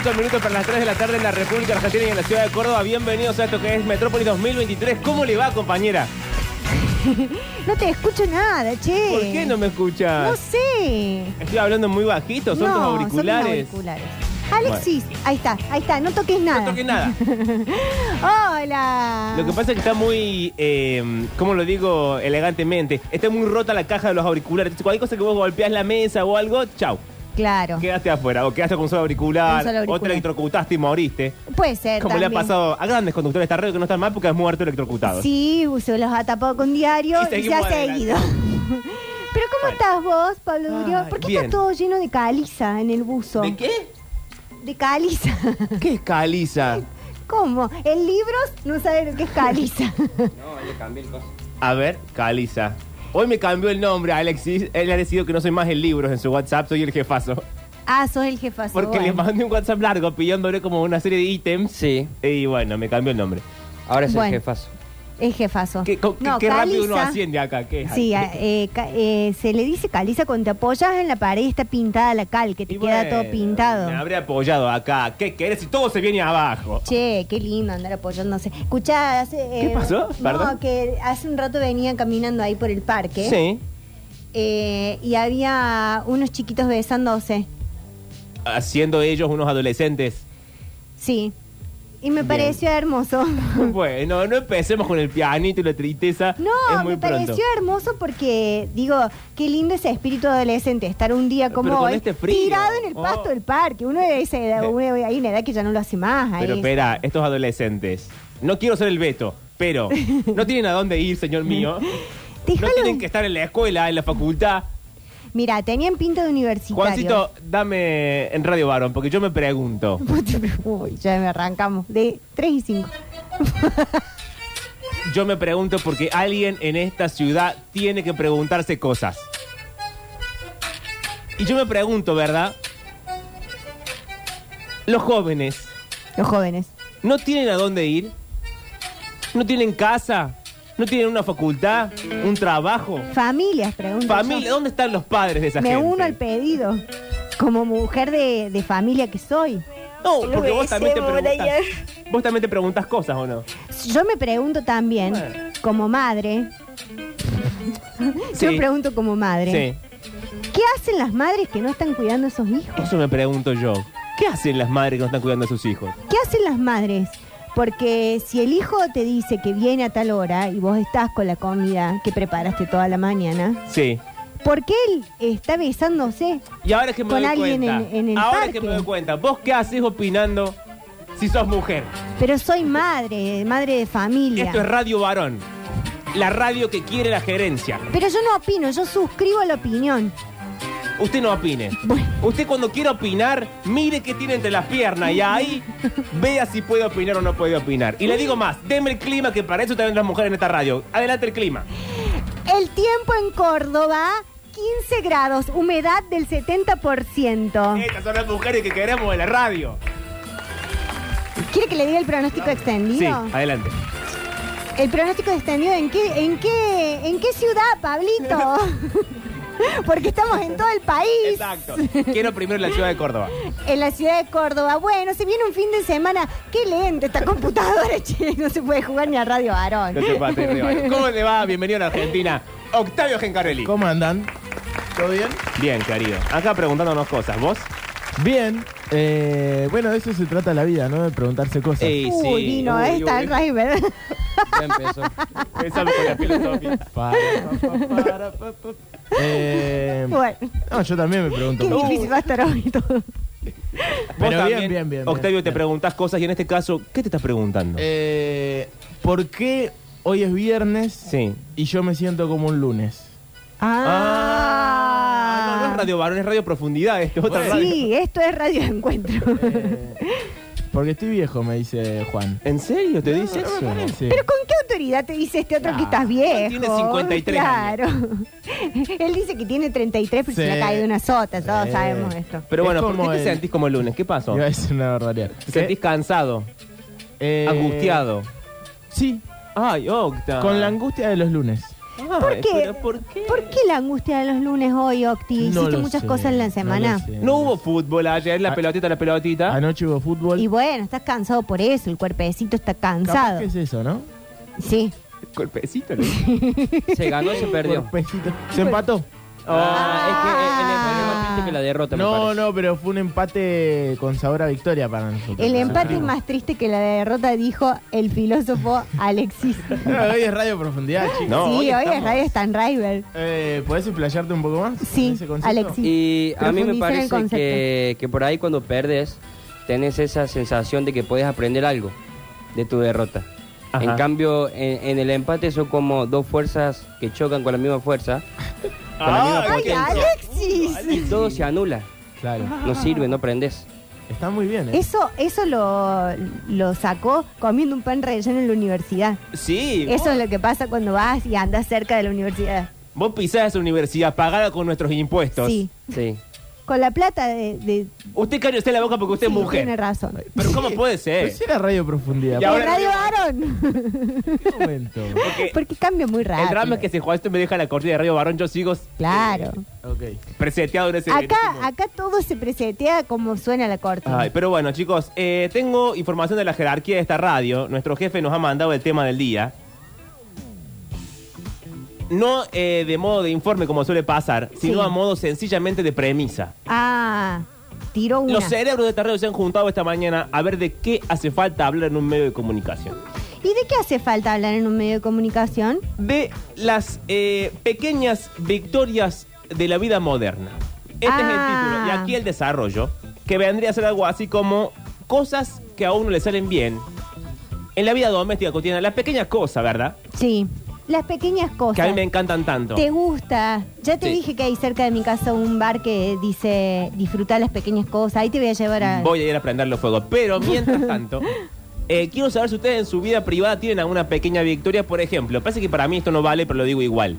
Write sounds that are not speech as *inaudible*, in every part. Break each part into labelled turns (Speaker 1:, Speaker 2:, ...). Speaker 1: 8 minutos para las 3 de la tarde en la República Argentina y en la ciudad de Córdoba. Bienvenidos a esto que es Metrópolis 2023. ¿Cómo le va, compañera?
Speaker 2: No te escucho nada, che.
Speaker 1: ¿Por qué no me escuchas?
Speaker 2: No sé.
Speaker 1: Estoy hablando muy bajito, son
Speaker 2: no,
Speaker 1: tus
Speaker 2: son mis
Speaker 1: auriculares.
Speaker 2: auriculares. Alexis, ahí está, ahí está, no toques nada.
Speaker 1: No toques
Speaker 2: *laughs*
Speaker 1: nada.
Speaker 2: Hola.
Speaker 1: Lo que pasa es que está muy, eh, ¿cómo lo digo elegantemente? Está muy rota la caja de los auriculares. Entonces, cualquier cosa que vos golpeás la mesa o algo, chau.
Speaker 2: Claro.
Speaker 1: Quedaste afuera o quedaste con un solo auricular,
Speaker 2: Un solo
Speaker 1: o te
Speaker 2: auricular.
Speaker 1: electrocutaste y moriste.
Speaker 2: Puede ser.
Speaker 1: Como le ha
Speaker 2: también.
Speaker 1: pasado a grandes conductores de esta radio que no están mal porque han muerto electrocutados.
Speaker 2: Sí, se los ha tapado con diario
Speaker 1: Y
Speaker 2: y, se
Speaker 1: seguimos
Speaker 2: ha
Speaker 1: adelante.
Speaker 2: seguido. *laughs* Pero ¿cómo
Speaker 1: Bueno.
Speaker 2: estás vos, Pablo
Speaker 1: Ay,
Speaker 2: Durio? ¿Por qué
Speaker 1: bien.
Speaker 2: está todo lleno de caliza en el buzo?
Speaker 1: ¿De qué?
Speaker 2: De caliza. *laughs*
Speaker 1: ¿Qué es caliza?
Speaker 2: ¿Cómo? En libros no saben lo que
Speaker 1: *laughs*
Speaker 2: es caliza.
Speaker 1: A ver, Caliza. Hoy me cambió el nombre, Alexis. Él ha decidido que no soy más el libros en su WhatsApp, soy el jefazo.
Speaker 2: ah, sos el jefazo.
Speaker 1: Porque le
Speaker 2: bueno.
Speaker 1: mandé un WhatsApp largo pidiéndole como una serie de ítems.
Speaker 3: Sí,
Speaker 1: Y bueno, me cambió el nombre.
Speaker 3: ahora es
Speaker 2: Bueno.
Speaker 3: el jefazo.
Speaker 2: Es jefazo.
Speaker 1: ¿Qué, co- qué-
Speaker 2: Ah. No,
Speaker 1: qué rápido uno
Speaker 2: caliza-
Speaker 1: asciende acá? ¿Qué?
Speaker 2: Sí, a- eh, ca- eh, se le dice caliza cuando te apoyas en la pared y está pintada la cal, que
Speaker 1: *laughs*
Speaker 2: te
Speaker 1: Y
Speaker 2: queda
Speaker 1: bueno,
Speaker 2: todo pintado.
Speaker 1: Me habré apoyado acá. ¿Qué querés si todo se viene abajo?
Speaker 2: Che, qué lindo andar apoyándose. Escuchá, hace, eh,
Speaker 1: ¿Qué pasó? Perdón.
Speaker 2: No, que hace un rato venían caminando ahí por el parque
Speaker 1: Sí.
Speaker 2: eh, y había unos chiquitos besándose.
Speaker 1: Haciendo ellos unos
Speaker 2: *laughs*
Speaker 1: adolescentes.
Speaker 2: Sí. Y me
Speaker 1: Bien.
Speaker 2: pareció hermoso. *laughs*
Speaker 1: Bueno, no empecemos con el pianito y la tristeza.
Speaker 2: No,
Speaker 1: es muy
Speaker 2: me
Speaker 1: pronto.
Speaker 2: pareció hermoso porque, digo, qué lindo ese espíritu adolescente, estar un día como
Speaker 1: Pero con
Speaker 2: hoy,
Speaker 1: este frío.
Speaker 2: tirado en el
Speaker 1: Oh.
Speaker 2: pasto del parque. Uno de esa edad,
Speaker 1: Eh.
Speaker 2: uno de- hay una edad que ya no lo hace más. ahí.
Speaker 1: Pero espera, estos adolescentes. No quiero ser el Beto,
Speaker 2: *laughs*
Speaker 1: pero no tienen a dónde ir, señor mío. No
Speaker 2: Déjalo.
Speaker 1: tienen que estar en la escuela, en la facultad.
Speaker 2: Mira, tenían pinta de universitario. *laughs*
Speaker 1: Juancito, dame en Radio Varón, porque yo me pregunto.
Speaker 2: Uy, ya me arrancamos. De 3 y 5.
Speaker 1: Yo me pregunto porque alguien en esta ciudad tiene que preguntarse cosas. Y yo me pregunto, ¿verdad? Los jóvenes
Speaker 2: Los jóvenes.
Speaker 1: no tienen a dónde ir. No tienen casa. No tienen una facultad, un trabajo.
Speaker 2: Familias, pregunto.
Speaker 1: Familia,
Speaker 2: yo.
Speaker 1: ¿dónde están los padres de esa
Speaker 2: Me
Speaker 1: gente?
Speaker 2: uno al pedido. Como mujer de, de familia que soy.
Speaker 1: No, porque vos también te
Speaker 2: Lo besemos,
Speaker 1: preguntás. Vos también te preguntás cosas, ¿o no?
Speaker 2: Yo me pregunto también,
Speaker 1: Bueno.
Speaker 2: como madre. *laughs*
Speaker 1: Sí.
Speaker 2: Yo me pregunto como madre.
Speaker 1: Sí,
Speaker 2: ¿Qué hacen las madres que no están cuidando a esos hijos?
Speaker 1: eso me pregunto yo. ¿Qué hacen las madres que no están cuidando a sus hijos?
Speaker 2: ¿Qué hacen las madres? Porque si el hijo te dice que viene a tal hora y vos estás con la comida que preparaste toda la mañana,
Speaker 1: Sí.
Speaker 2: ¿por qué él está besándose?
Speaker 1: Y ahora es que me
Speaker 2: Con
Speaker 1: doy
Speaker 2: alguien
Speaker 1: cuenta.
Speaker 2: en- en el
Speaker 1: ahora es
Speaker 2: parque.
Speaker 1: que me doy cuenta. ¿Vos qué haces opinando si sos mujer?
Speaker 2: Pero soy madre, madre de familia.
Speaker 1: Esto es Radio Varón. La radio que quiere la gerencia.
Speaker 2: Pero yo no opino, yo suscribo la opinión.
Speaker 1: Usted no opine.
Speaker 2: Bueno.
Speaker 1: Usted cuando quiera opinar, mire qué tiene entre las piernas y ahí vea si puede opinar o no puede opinar. Y le digo más, deme el clima que para eso también las mujeres en esta radio. Adelante el clima.
Speaker 2: El tiempo en Córdoba, 15 grados, humedad del 70%.
Speaker 1: Estas son las mujeres que queremos de la radio.
Speaker 2: ¿Quiere que le diga el pronóstico
Speaker 1: Sí,
Speaker 2: extendido?
Speaker 1: adelante.
Speaker 2: ¿El pronóstico extendido en qué, en qué, en qué ciudad,
Speaker 1: *laughs*
Speaker 2: Pablito? Porque estamos en todo el país.
Speaker 1: Exacto. Quiero primero la ciudad de Córdoba.
Speaker 2: En la ciudad de Córdoba. Bueno, se viene un fin de semana. Qué lenta esta computadora, *laughs* che. No se puede jugar ni a Radio Varón.
Speaker 1: No se pase, Río. ¿Cómo le va? Bienvenido a la Argentina. Octavio Gencarelli.
Speaker 4: ¿Cómo andan? ¿Todo bien?
Speaker 1: Bien, querido. Acá preguntándonos cosas. ¿Vos?
Speaker 4: Bien. Eh, bueno, de eso se trata la vida, ¿no? De preguntarse cosas.
Speaker 2: Uy, vino,
Speaker 1: Uy,
Speaker 2: eh, está
Speaker 1: uy.
Speaker 2: el Ray, ¿verdad?
Speaker 3: Ya empezó.
Speaker 1: Empezamos con la filosofía.
Speaker 4: Pa, pa, pa, para, pa, pa. Eh,
Speaker 2: Bueno,
Speaker 4: no, yo también me pregunto.
Speaker 2: qué
Speaker 4: mucho.
Speaker 2: difícil va a estar hoy todo.
Speaker 1: Vos
Speaker 4: Pero bien,
Speaker 1: también,
Speaker 4: bien, bien,
Speaker 1: Octavio,
Speaker 4: bien.
Speaker 1: te preguntás cosas y en este caso, ¿qué te estás preguntando?
Speaker 4: Eh, ¿Por qué hoy es viernes
Speaker 1: Sí.
Speaker 4: y yo me siento como un lunes?
Speaker 1: Ah, no, no es Radio Varón, es Radio Profundidad. Esto es otra
Speaker 4: Bueno.
Speaker 1: radio.
Speaker 2: Ah. Sí, esto es Radio Encuentro. *laughs*
Speaker 4: Eh, porque estoy viejo, me dice Juan.
Speaker 1: ¿En serio? ¿Te dice
Speaker 4: No, no
Speaker 1: eso?
Speaker 4: me parece.
Speaker 2: Pero ¿con qué autoridad te dice este otro
Speaker 4: Ah,
Speaker 2: que estás viejo?
Speaker 1: tiene 53
Speaker 2: Claro. *laughs* Él dice que tiene 33 porque
Speaker 4: Sí.
Speaker 2: se le ha caído una sota, todos
Speaker 4: Sí.
Speaker 2: sabemos esto.
Speaker 1: Pero
Speaker 4: Es
Speaker 1: bueno, ¿por
Speaker 4: como
Speaker 1: qué te
Speaker 4: el-
Speaker 1: sentís como el lunes? ¿Qué pasó?
Speaker 4: Iba a decir una barbaridad.
Speaker 1: ¿Te sentís cansado?
Speaker 4: Eh,
Speaker 1: ¿Angustiado? Ah.
Speaker 4: Sí,
Speaker 1: Ay, Octa.
Speaker 4: con la angustia de los lunes.
Speaker 2: ¿Por
Speaker 1: Ay,
Speaker 2: qué?
Speaker 1: pero ¿Por qué?
Speaker 2: ¿Por qué la angustia de los lunes hoy, Octi?
Speaker 4: No
Speaker 2: Hiciste
Speaker 4: lo
Speaker 2: muchas
Speaker 4: sé,
Speaker 2: cosas en la semana.
Speaker 4: lo sé.
Speaker 1: No hubo fútbol ayer, la
Speaker 4: Ah.
Speaker 1: pelotita, la pelotita.
Speaker 4: Anoche hubo fútbol.
Speaker 2: Y bueno, estás cansado por eso, el cuerpecito está
Speaker 4: Capaz
Speaker 2: cansado.
Speaker 4: que es eso, ¿no?
Speaker 2: Sí.
Speaker 1: Golpecito, ¿no?
Speaker 3: Se ganó, se perdió.
Speaker 2: *laughs*
Speaker 4: Cuerpecito. Se empató.
Speaker 3: Ah, es que eh, en el problema viste que la derrota. me
Speaker 4: No,
Speaker 3: parece.
Speaker 4: no, pero fue un empate con sabor a victoria para nosotros.
Speaker 2: El empate
Speaker 4: Ah.
Speaker 2: más triste que la derrota dijo el filósofo
Speaker 4: *laughs*
Speaker 2: Alexis.
Speaker 4: Ah, hoy es Radio Profundidad, chicos.
Speaker 1: No,
Speaker 2: sí,
Speaker 1: hoy
Speaker 2: hoy
Speaker 1: estamos-
Speaker 2: es Radio Stan River.
Speaker 4: Eh, ¿Podés explayarte un poco más? en
Speaker 2: Sí,
Speaker 4: ese concepto?
Speaker 2: Alexis.
Speaker 3: Y a mí me
Speaker 2: Profundizar el
Speaker 3: parece
Speaker 2: concepto.
Speaker 3: que, que por ahí cuando perdes, tenés esa sensación de que puedes aprender algo de tu derrota.
Speaker 1: Ajá.
Speaker 3: En cambio, en, en el empate son como dos fuerzas que chocan con la misma fuerza. Con la misma
Speaker 1: Ah,
Speaker 2: ¡Ay,
Speaker 3: potencia. Y
Speaker 2: Alexis!
Speaker 3: todo se anula.
Speaker 4: Claro.
Speaker 3: No sirve, no aprendes.
Speaker 4: Está muy bien, ¿eh?
Speaker 2: Eso, eso lo, lo sacó comiendo un pan relleno en la universidad.
Speaker 1: Sí.
Speaker 2: Eso
Speaker 1: vos-
Speaker 2: es lo que pasa cuando vas y andas cerca de la universidad.
Speaker 1: Vos pisás esa universidad pagada con nuestros impuestos.
Speaker 2: Sí.
Speaker 3: Sí.
Speaker 2: Con la plata de. de
Speaker 1: Usted cállese la boca porque usted
Speaker 2: sí,
Speaker 1: es mujer.
Speaker 2: Tiene razón.
Speaker 1: Pero ¿cómo puede
Speaker 4: Pero
Speaker 1: ser?
Speaker 4: si era Radio Profundidad.
Speaker 1: Y
Speaker 2: Y
Speaker 1: ahora-
Speaker 2: Radio Varón.
Speaker 4: ¿Por qué momento?
Speaker 1: Porque
Speaker 2: *laughs* Porque cambia muy rápido.
Speaker 1: el drama es que si Juanito me deja la cortina de Radio Barón, yo sigo eh,
Speaker 2: Claro.
Speaker 4: ok.
Speaker 1: preseteado en ese en ese
Speaker 2: Acá,
Speaker 1: momento.
Speaker 2: acá todo se presetea como suena la cortina.
Speaker 1: Ay, pero bueno, chicos, eh, tengo información de la jerarquía de esta radio. Nuestro jefe nos ha mandado el tema del día. No eh, de modo de informe, como suele pasar, sino
Speaker 2: Sí.
Speaker 1: a modo sencillamente de premisa.
Speaker 2: Ah, tiró una.
Speaker 1: Los cerebros de esta radio se han juntado esta mañana a ver de qué hace falta hablar en un medio de comunicación.
Speaker 2: ¿Y de qué hace falta hablar en un medio de comunicación?
Speaker 1: De las eh, pequeñas victorias de la vida moderna. Este es el
Speaker 2: Ah.
Speaker 1: título. Y aquí el desarrollo, que vendría a ser algo así como cosas que a uno le salen bien en la vida doméstica cotidiana. Las pequeñas cosas, ¿verdad?
Speaker 2: Sí, las pequeñas cosas.
Speaker 1: que a mí me encantan tanto.
Speaker 2: ¿Te gusta? Ya te
Speaker 1: Sí.
Speaker 2: dije que hay cerca de mi casa un bar que dice disfrutar las pequeñas cosas. Ahí te voy a llevar a...
Speaker 1: Voy a ir a prender los fuegos. Pero
Speaker 2: *laughs*
Speaker 1: mientras tanto, eh, quiero saber si ustedes en su vida privada tienen alguna pequeña victoria. Por ejemplo, parece que para mí esto no vale, pero lo digo igual.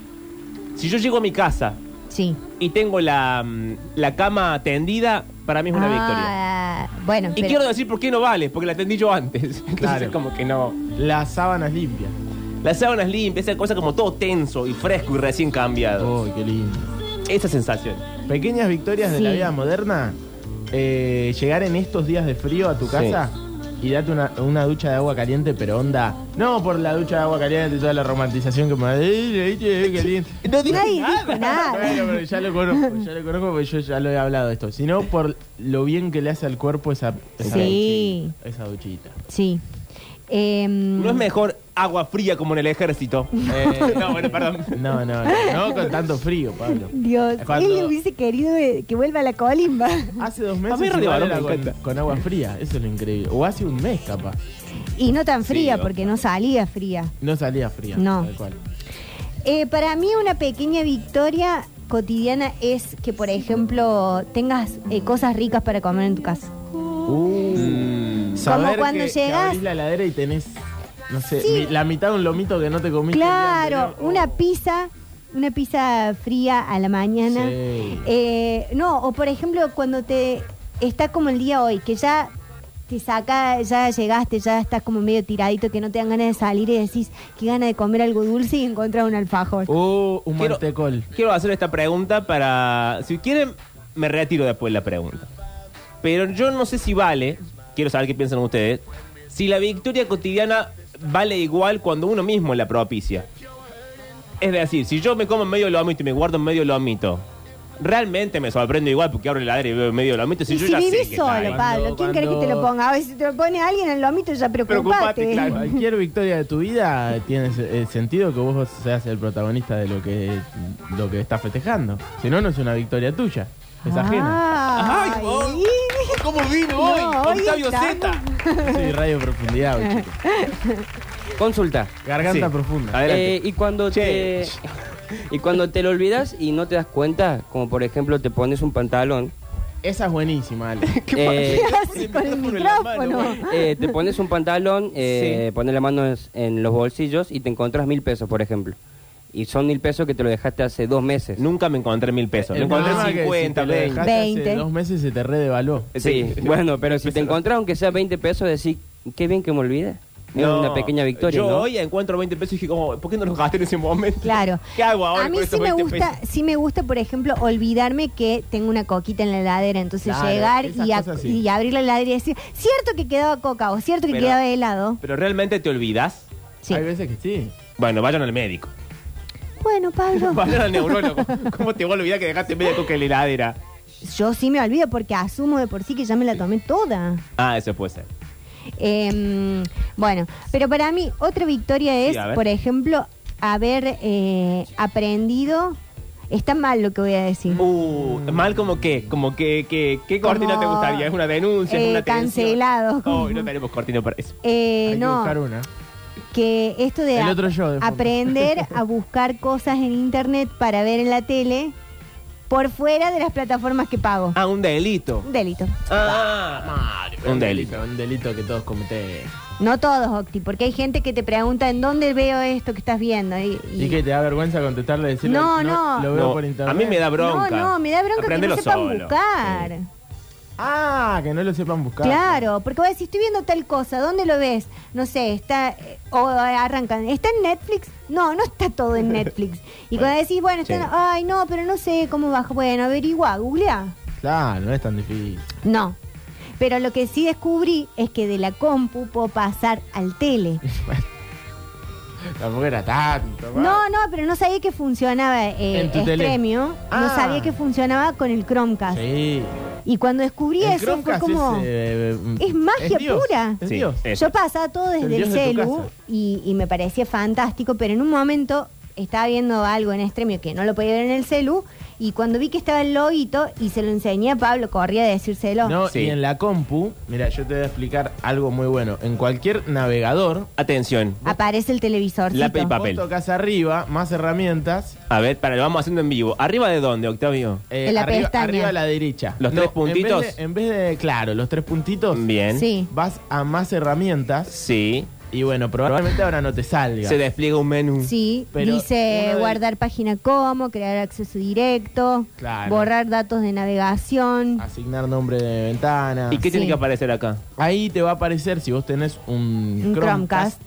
Speaker 1: Si yo llego a mi casa
Speaker 2: Sí.
Speaker 1: y tengo la, mm, la cama tendida, para mí es una victoria.
Speaker 2: Ah, Bueno,
Speaker 1: Y
Speaker 2: pero-
Speaker 1: quiero decir por qué no vale, porque la tendí yo antes. *laughs* Entonces
Speaker 4: Claro.
Speaker 1: es como que no.
Speaker 4: Las sábanas limpias.
Speaker 1: Las sábanas limpias, esa cosa como todo tenso y fresco y recién cambiado.
Speaker 4: Oh, qué lindo.
Speaker 1: Esa sensación.
Speaker 4: Pequeñas victorias de
Speaker 2: Sí.
Speaker 4: la vida moderna. Eh, llegar en estos días de frío a tu
Speaker 1: Sí.
Speaker 4: casa y darte una, una ducha de agua caliente, pero onda. No por la ducha de agua caliente y toda la romantización que me. ¡Ey, ey, ey,
Speaker 2: *laughs*
Speaker 4: qué lindo!
Speaker 1: No
Speaker 2: Nadie dijo
Speaker 4: Bueno,
Speaker 2: nada.
Speaker 4: pero ya lo conozco, ya lo conozco porque yo ya lo he hablado de esto. Sino por lo bien que le hace al cuerpo esa, esa,
Speaker 2: Sí.
Speaker 4: duchita, esa duchita.
Speaker 2: Sí. Em,
Speaker 1: No es mejor agua fría como en el ejército. Eh,
Speaker 4: Eh,
Speaker 1: *laughs* no, bueno, perdón.
Speaker 4: *laughs* No, no, no, no con tanto frío, Pablo.
Speaker 2: Dios,
Speaker 4: Cuando-
Speaker 2: él le hubiese querido eh, que vuelva a la colimba. *laughs*
Speaker 4: Hace dos
Speaker 1: A mí
Speaker 4: meses
Speaker 1: Radio
Speaker 4: igual
Speaker 1: Balón
Speaker 4: era
Speaker 1: me
Speaker 4: con,
Speaker 1: encanta.
Speaker 4: con agua fría, eso es lo increíble. O hace un mes capaz.
Speaker 2: Y no tan fría,
Speaker 1: Sí,
Speaker 2: porque no salía fría.
Speaker 4: No salía fría.
Speaker 2: No.
Speaker 4: Tal cual.
Speaker 2: Eh, para mí una pequeña victoria cotidiana es que, por ejemplo, tengas eh, cosas ricas para comer en tu casa.
Speaker 4: Saber
Speaker 2: cuando
Speaker 4: que- que
Speaker 2: llegás-
Speaker 4: abrís la heladera y tenés, no sé,
Speaker 2: Sí.
Speaker 4: mi- la mitad de un lomito que no te comiste. el día
Speaker 2: Claro,
Speaker 4: anterior. Oh.
Speaker 2: una pizza, una pizza fría a la mañana.
Speaker 4: Sí.
Speaker 2: Eh, no, o por ejemplo, cuando te está como el día hoy, que ya te saca, ya llegaste, ya estás como medio tiradito, que no te dan ganas de salir y decís que gana de comer algo dulce y encontrar un alfajor.
Speaker 1: Uh,
Speaker 4: Oh, un
Speaker 1: Quiero-
Speaker 4: mantecol.
Speaker 1: Quiero hacer esta pregunta para. Si quieren, me retiro después de la pregunta. Pero yo no sé si vale, quiero saber qué piensan ustedes, si la victoria cotidiana vale igual cuando uno mismo la propicia. Es decir, si yo me como medio lomito y me guardo medio lomito, realmente me sorprendo igual porque abro el ladera y veo medio lomito. Si
Speaker 2: y
Speaker 1: yo
Speaker 2: si
Speaker 1: ya sé
Speaker 2: vivís
Speaker 1: que
Speaker 2: solo,
Speaker 1: está ahí.
Speaker 2: Pablo, ¿quién
Speaker 4: Cuando-
Speaker 2: crees que te lo ponga? A ver, si te lo pone alguien en el lomito, ya preocupate.
Speaker 1: Preocupate, claro.
Speaker 4: Cualquier victoria de tu vida tiene se- eh, sentido que vos seas el protagonista de lo que, lo que estás festejando. Si no, no es una victoria tuya. Es ajena.
Speaker 2: Ah. Ay,
Speaker 1: Ay, vos. *laughs*
Speaker 2: *laughs*
Speaker 1: ¿Cómo vino hoy?
Speaker 2: No, hoy
Speaker 1: Octavio
Speaker 2: estamos-
Speaker 1: Zeta.
Speaker 4: Sí,
Speaker 2: *laughs*
Speaker 4: radio profundidad, hoy, chicos.
Speaker 3: Consulta.
Speaker 4: Garganta
Speaker 1: Sí.
Speaker 4: profunda.
Speaker 1: Adelante.
Speaker 3: Eh, y cuando
Speaker 1: Che.
Speaker 3: te y cuando te lo olvidas y no te das cuenta, como por ejemplo te pones un pantalón,
Speaker 4: Esa es buenísima, Ale.
Speaker 2: ¿Qué
Speaker 3: eh,
Speaker 2: haces con el
Speaker 1: micrófono en la mano,
Speaker 2: micrófono?
Speaker 1: bueno.
Speaker 3: *laughs* eh, te pones un pantalón, eh, pones la mano en- en los bolsillos y te encontrás mil pesos, por ejemplo. Y son mil pesos que te lo dejaste hace dos meses.
Speaker 1: Nunca me encontré mil pesos.
Speaker 4: El
Speaker 1: Me encontré
Speaker 4: problema es que si
Speaker 1: 50,
Speaker 4: te lo
Speaker 1: 20.
Speaker 4: dejaste hace
Speaker 2: 20.
Speaker 4: dos meses se te redevaluó.
Speaker 1: *laughs*
Speaker 3: Sí, bueno, pero si te encontrás aunque sea 20 pesos, decís, qué bien que me olvide. Es una pequeña victoria,
Speaker 1: Yo
Speaker 3: ¿no?
Speaker 1: hoy encuentro 20 pesos y dije, como, ¿por qué no los gasté en ese momento?
Speaker 2: Claro.
Speaker 1: *laughs* ¿Qué hago ahora
Speaker 2: A mí
Speaker 1: con
Speaker 2: sí
Speaker 1: esos
Speaker 2: me
Speaker 1: 20
Speaker 2: gusta,
Speaker 1: pesos?
Speaker 2: sí me gusta, por ejemplo, olvidarme que tengo una coquita en la heladera, entonces
Speaker 4: Claro,
Speaker 2: llegar
Speaker 4: esas
Speaker 2: y, a-
Speaker 4: cosas sí.
Speaker 2: y abrir la heladera y decir, cierto que quedaba coca o cierto que
Speaker 1: Pero-
Speaker 2: quedaba helado.
Speaker 1: Pero realmente te olvidas.
Speaker 2: Sí.
Speaker 4: Hay veces que sí.
Speaker 1: Bueno, vayan al médico.
Speaker 2: Bueno,
Speaker 1: *laughs*
Speaker 2: Pablo,
Speaker 1: Vayan al neurólogo. *laughs* ¿Cómo te voy a olvidar que dejaste media coca en la heladera?
Speaker 2: yo sí me olvido porque asumo de por sí que ya me la tomé toda.
Speaker 1: Ah, eso puede ser.
Speaker 2: Eh, bueno, pero para mí otra victoria es,
Speaker 1: Sí, a ver.
Speaker 2: por ejemplo, haber eh, aprendido. Está mal lo que voy a decir.
Speaker 1: Uh, mal como que, como que, que, ¿qué cortina
Speaker 2: Como,
Speaker 1: te gustaría? ¿Es una denuncia? ¿Es
Speaker 2: eh,
Speaker 1: una tensión?
Speaker 2: cancelado.
Speaker 1: Oh, no tenemos cortina para eso.
Speaker 2: Eh,
Speaker 4: Hay que
Speaker 2: no.
Speaker 4: buscar una.
Speaker 2: que esto de,
Speaker 4: El
Speaker 2: ap-
Speaker 4: otro yo, de fondo.
Speaker 2: aprender a buscar cosas en internet para ver en la tele por fuera de las plataformas que pago.
Speaker 1: Ah, un delito.
Speaker 2: Un delito.
Speaker 1: Ah, un delito.
Speaker 4: Un delito que todos cometemos.
Speaker 2: No todos, Octi, porque hay gente que te pregunta en dónde veo esto que estás viendo. Y, y-
Speaker 4: ¿Y que te da vergüenza contestarle decirle
Speaker 2: No, no.
Speaker 4: Lo veo
Speaker 1: No,
Speaker 4: por internet.
Speaker 1: A mí me da bronca.
Speaker 2: No, no, me da bronca que
Speaker 1: Aprendelo
Speaker 2: no sepan
Speaker 1: solo.
Speaker 2: buscar.
Speaker 1: Sí.
Speaker 4: Ah, que no lo sepan buscar.
Speaker 2: Claro, porque vos decís, estoy viendo tal cosa, ¿dónde lo ves? No sé, está, eh, o eh, arrancan, ¿está en Netflix? No, no está todo en Netflix. Y cuando decís, bueno, está en-
Speaker 1: sí.
Speaker 2: ay, no, pero no sé cómo bajo. Bueno, averigua, googlea.
Speaker 4: Claro, no es tan difícil.
Speaker 2: No. Pero lo que sí descubrí es que de la compu puedo pasar al tele.
Speaker 4: Tampoco era tanto. va.
Speaker 2: No, no, pero no sabía que funcionaba eh,
Speaker 4: En tu tele.
Speaker 2: Extremio. No
Speaker 4: Ah.
Speaker 2: sabía que funcionaba con el Chromecast.
Speaker 4: Sí.
Speaker 2: Y cuando descubrí
Speaker 4: El
Speaker 2: eso fue
Speaker 4: Chromecast
Speaker 2: como...
Speaker 4: es, eh, mm,
Speaker 2: es magia
Speaker 4: Dios,
Speaker 2: pura.
Speaker 4: Es
Speaker 1: Sí.
Speaker 4: Dios.
Speaker 1: es-
Speaker 2: Yo pasaba todo
Speaker 4: El
Speaker 2: desde el,
Speaker 4: dios de tu
Speaker 2: celu
Speaker 4: casa.
Speaker 2: y, y me parecía fantástico, pero en un momento estaba viendo algo en Extremio que no lo podía ver en el celu y cuando vi que estaba el loguito y se lo enseñé a Pablo, corría a decírselo.
Speaker 4: No,
Speaker 1: Sí.
Speaker 4: y en la compu, mira, yo te voy a explicar algo muy bueno. En cualquier navegador,
Speaker 1: Atención.
Speaker 2: Aparece el televisor.
Speaker 1: Lápiz y papel.
Speaker 4: vos tocas arriba, más herramientas,
Speaker 1: A ver, para, lo vamos haciendo en vivo. ¿Arriba de dónde, Octavio?
Speaker 4: eh,
Speaker 2: En la
Speaker 4: arriba,
Speaker 2: pestaña.
Speaker 4: arriba a la derecha.
Speaker 1: ¿Los tres puntitos?
Speaker 4: En vez, de, en vez de- claro, los tres puntitos,
Speaker 1: Bien.
Speaker 2: Sí.
Speaker 4: vas a más herramientas
Speaker 1: Sí.
Speaker 4: y bueno, probablemente ahora no te salga.
Speaker 1: Se despliega un menú.
Speaker 2: Sí,
Speaker 4: Pero
Speaker 2: dice
Speaker 4: uno de-
Speaker 2: guardar página como, crear acceso directo,
Speaker 4: Claro. Ah,
Speaker 2: borrar datos de navegación.
Speaker 4: Asignar nombre de ventana.
Speaker 1: ¿Y qué tiene
Speaker 2: Sí.
Speaker 1: que aparecer acá?
Speaker 4: Ahí te va a aparecer, si vos tenés un,
Speaker 2: Un Chromecast.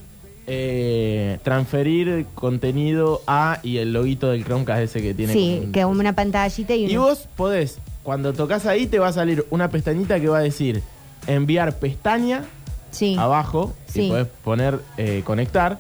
Speaker 4: eh, transferir contenido a y el loguito del Chromecast ese que tiene.
Speaker 2: sí,
Speaker 4: como un-
Speaker 2: que una pantallita y,
Speaker 4: Y
Speaker 2: uno-
Speaker 4: vos podés, cuando tocas ahí, te va a salir una pestañita que va a decir enviar pestaña
Speaker 2: sí.
Speaker 4: abajo.
Speaker 2: Sí.
Speaker 4: Y podés poner eh, conectar.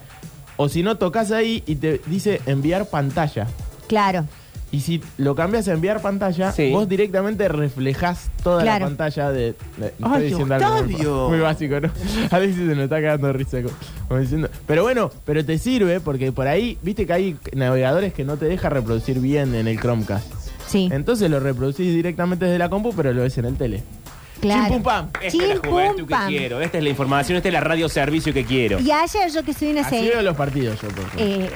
Speaker 4: O si no, tocas ahí y te dice enviar pantalla.
Speaker 2: Claro,
Speaker 4: Y si lo cambias a enviar pantalla,
Speaker 1: Sí.
Speaker 4: vos directamente reflejás toda
Speaker 2: Claro.
Speaker 4: la pantalla de. de-
Speaker 1: ¡Ay,
Speaker 4: algo muy-
Speaker 1: Octavio!
Speaker 4: muy, básico, ¿no? *laughs* A veces se nos está cagando de risa. como- como diciendo- Pero bueno, pero te sirve porque por ahí, viste que hay navegadores que no te deja reproducir bien en el Chromecast.
Speaker 2: sí.
Speaker 4: Entonces lo reproducís directamente desde la compu, pero lo ves en el tele.
Speaker 2: claro.
Speaker 4: Chim, pum, pam.
Speaker 1: Esta
Speaker 2: Chin,
Speaker 1: es la juventud
Speaker 2: pum,
Speaker 1: que
Speaker 2: pam.
Speaker 1: quiero. Esta es la información. Esta es la radio servicio que quiero.
Speaker 2: Y ayer yo que soy una
Speaker 4: Así
Speaker 2: señora,
Speaker 4: veo los partidos yo, por ejemplo.
Speaker 2: Eh,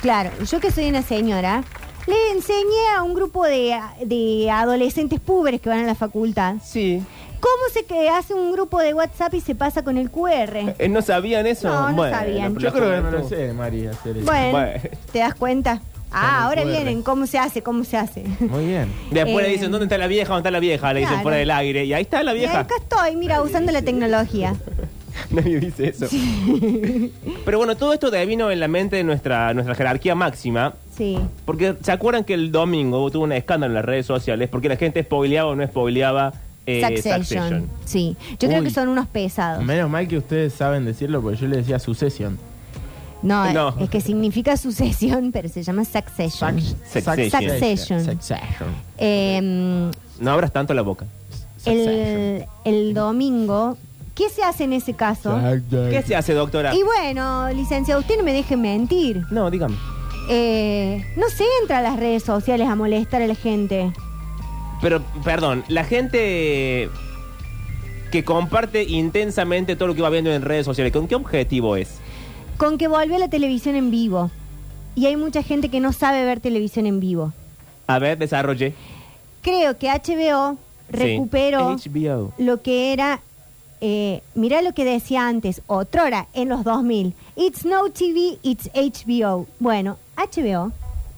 Speaker 2: claro, yo que soy una señora, le enseñé a un grupo de, de adolescentes púberes que van a la facultad
Speaker 1: Sí.
Speaker 2: cómo se que hace un grupo de WhatsApp y se pasa con el QR.
Speaker 1: Eh, ¿No sabían eso?
Speaker 2: No, no
Speaker 1: Bueno,
Speaker 2: sabían.
Speaker 1: pero
Speaker 4: Yo creo que
Speaker 1: la
Speaker 4: no lo
Speaker 1: juventud.
Speaker 4: sé, María, hacer eso.
Speaker 2: Bueno,
Speaker 1: Bueno.
Speaker 2: ¿te das cuenta?
Speaker 4: Con
Speaker 2: Ah,
Speaker 4: el
Speaker 2: ahora
Speaker 4: QR.
Speaker 2: vienen, ¿cómo se hace? ¿Cómo se hace? *laughs*
Speaker 4: Muy bien.
Speaker 1: Después
Speaker 2: Eh,
Speaker 1: le dicen, ¿dónde está la vieja? ¿Dónde está la vieja? Le dicen
Speaker 2: claro.
Speaker 1: fuera del aire. Y ahí está la
Speaker 2: Y
Speaker 1: vieja.
Speaker 2: acá estoy, mira, usando la tecnología.
Speaker 1: *laughs* Nadie dice eso. Pero bueno, todo esto devino en la mente de nuestra, nuestra jerarquía máxima.
Speaker 2: Sí.
Speaker 1: Porque se acuerdan que el domingo tuvo un escándalo en las redes sociales porque la gente spoileaba o no spoileaba eh,
Speaker 2: Succession.
Speaker 1: Succession.
Speaker 2: Sí. Yo creo
Speaker 4: Uy.
Speaker 2: que son unos pesados.
Speaker 4: Menos mal que ustedes saben decirlo, porque yo le decía sucesión.
Speaker 2: No, eh,
Speaker 1: *laughs* No.
Speaker 2: es que significa sucesión, *laughs* pero se llama Succession.
Speaker 1: Succession.
Speaker 2: Succession.
Speaker 4: Succession.
Speaker 2: Eh,
Speaker 1: No abras tanto la boca.
Speaker 2: el, el domingo, ¿qué se hace en ese caso?
Speaker 1: ¿Qué se hace, doctora?
Speaker 2: Y bueno, licenciado, usted no me deje mentir.
Speaker 1: No, dígame.
Speaker 2: Eh, no se entra a las redes sociales a molestar a la gente.
Speaker 1: Pero, perdón, la gente que comparte intensamente todo lo que va viendo en redes sociales, ¿con qué objetivo es?
Speaker 2: Con que volvió la televisión en vivo. Y hay mucha gente que no sabe ver televisión en vivo.
Speaker 1: A ver, desarrolle.
Speaker 2: Creo que HBO
Speaker 1: Sí.
Speaker 2: recuperó
Speaker 1: HBO.
Speaker 2: lo que era, eh, mirá lo que decía antes, otrora, en los 2000. It's no TV, it's HBO. Bueno, HBO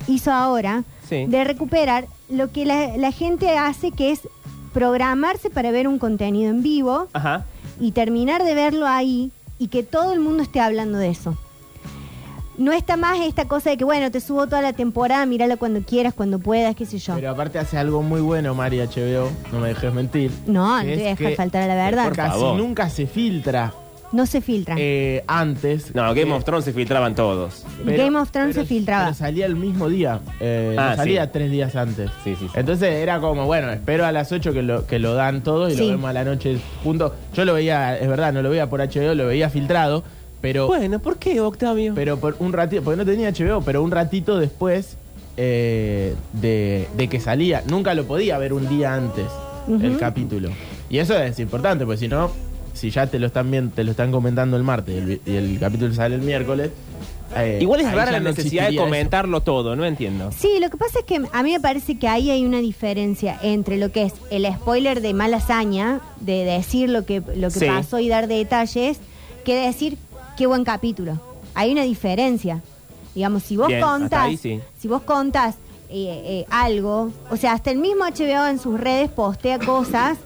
Speaker 2: hizo ahora
Speaker 1: Sí.
Speaker 2: de recuperar lo que la, la gente hace, que es programarse para ver un contenido en vivo
Speaker 1: Ajá.
Speaker 2: y terminar de verlo ahí. Y y que todo el mundo esté hablando de eso. No está más esta cosa de que, bueno, te subo toda la temporada, mírala cuando quieras, cuando puedas, qué sé yo.
Speaker 4: Pero aparte hace algo muy bueno, Mari HBO, no me dejes mentir.
Speaker 2: No, no
Speaker 4: que
Speaker 2: te
Speaker 4: es
Speaker 2: voy a dejar
Speaker 4: que
Speaker 2: faltar a la verdad.
Speaker 1: Por
Speaker 4: Casi
Speaker 1: favor.
Speaker 4: nunca se filtra
Speaker 2: No se filtra.
Speaker 4: eh, antes.
Speaker 1: No, Game
Speaker 4: Eh,
Speaker 1: of Thrones se filtraban todos.
Speaker 2: Game of Thrones se filtraba.
Speaker 4: pero salía el mismo día. eh,
Speaker 1: Ah,
Speaker 4: no salía
Speaker 1: sí.
Speaker 4: tres días antes.
Speaker 1: Sí, sí, sí.
Speaker 4: Entonces era como, bueno, espero a las 8 que lo, que lo dan todo y
Speaker 2: Sí.
Speaker 4: lo vemos a la noche juntos. Yo lo veía, es verdad, no lo veía por HBO, lo veía filtrado. Pero,
Speaker 1: Bueno, ¿por qué, Octavio?
Speaker 4: pero por un ratito, porque no tenía HBO, pero un ratito después eh, de, de que salía. Nunca lo podía ver un día antes el
Speaker 2: Ujú.
Speaker 4: capítulo. Y eso es importante, porque si no, si ya te lo están viendo, te lo están comentando el martes y el, vi- y el capítulo sale el miércoles. eh,
Speaker 1: Igual es
Speaker 4: ahí
Speaker 1: rara
Speaker 4: ya
Speaker 1: la
Speaker 4: no
Speaker 1: necesidad de
Speaker 4: existiría eso.
Speaker 1: comentarlo todo, no entiendo.
Speaker 2: Sí, lo que pasa es que a mí me parece que ahí hay una diferencia entre lo que es el spoiler de mala hazaña, de decir lo que, lo que
Speaker 1: Sí.
Speaker 2: pasó y dar detalles, que decir qué buen capítulo. Hay una diferencia. Digamos, si vos
Speaker 1: Bien, hasta
Speaker 2: contás,
Speaker 1: ahí sí.
Speaker 2: si vos contás eh, eh, algo, o sea, hasta el mismo HBO en sus redes postea cosas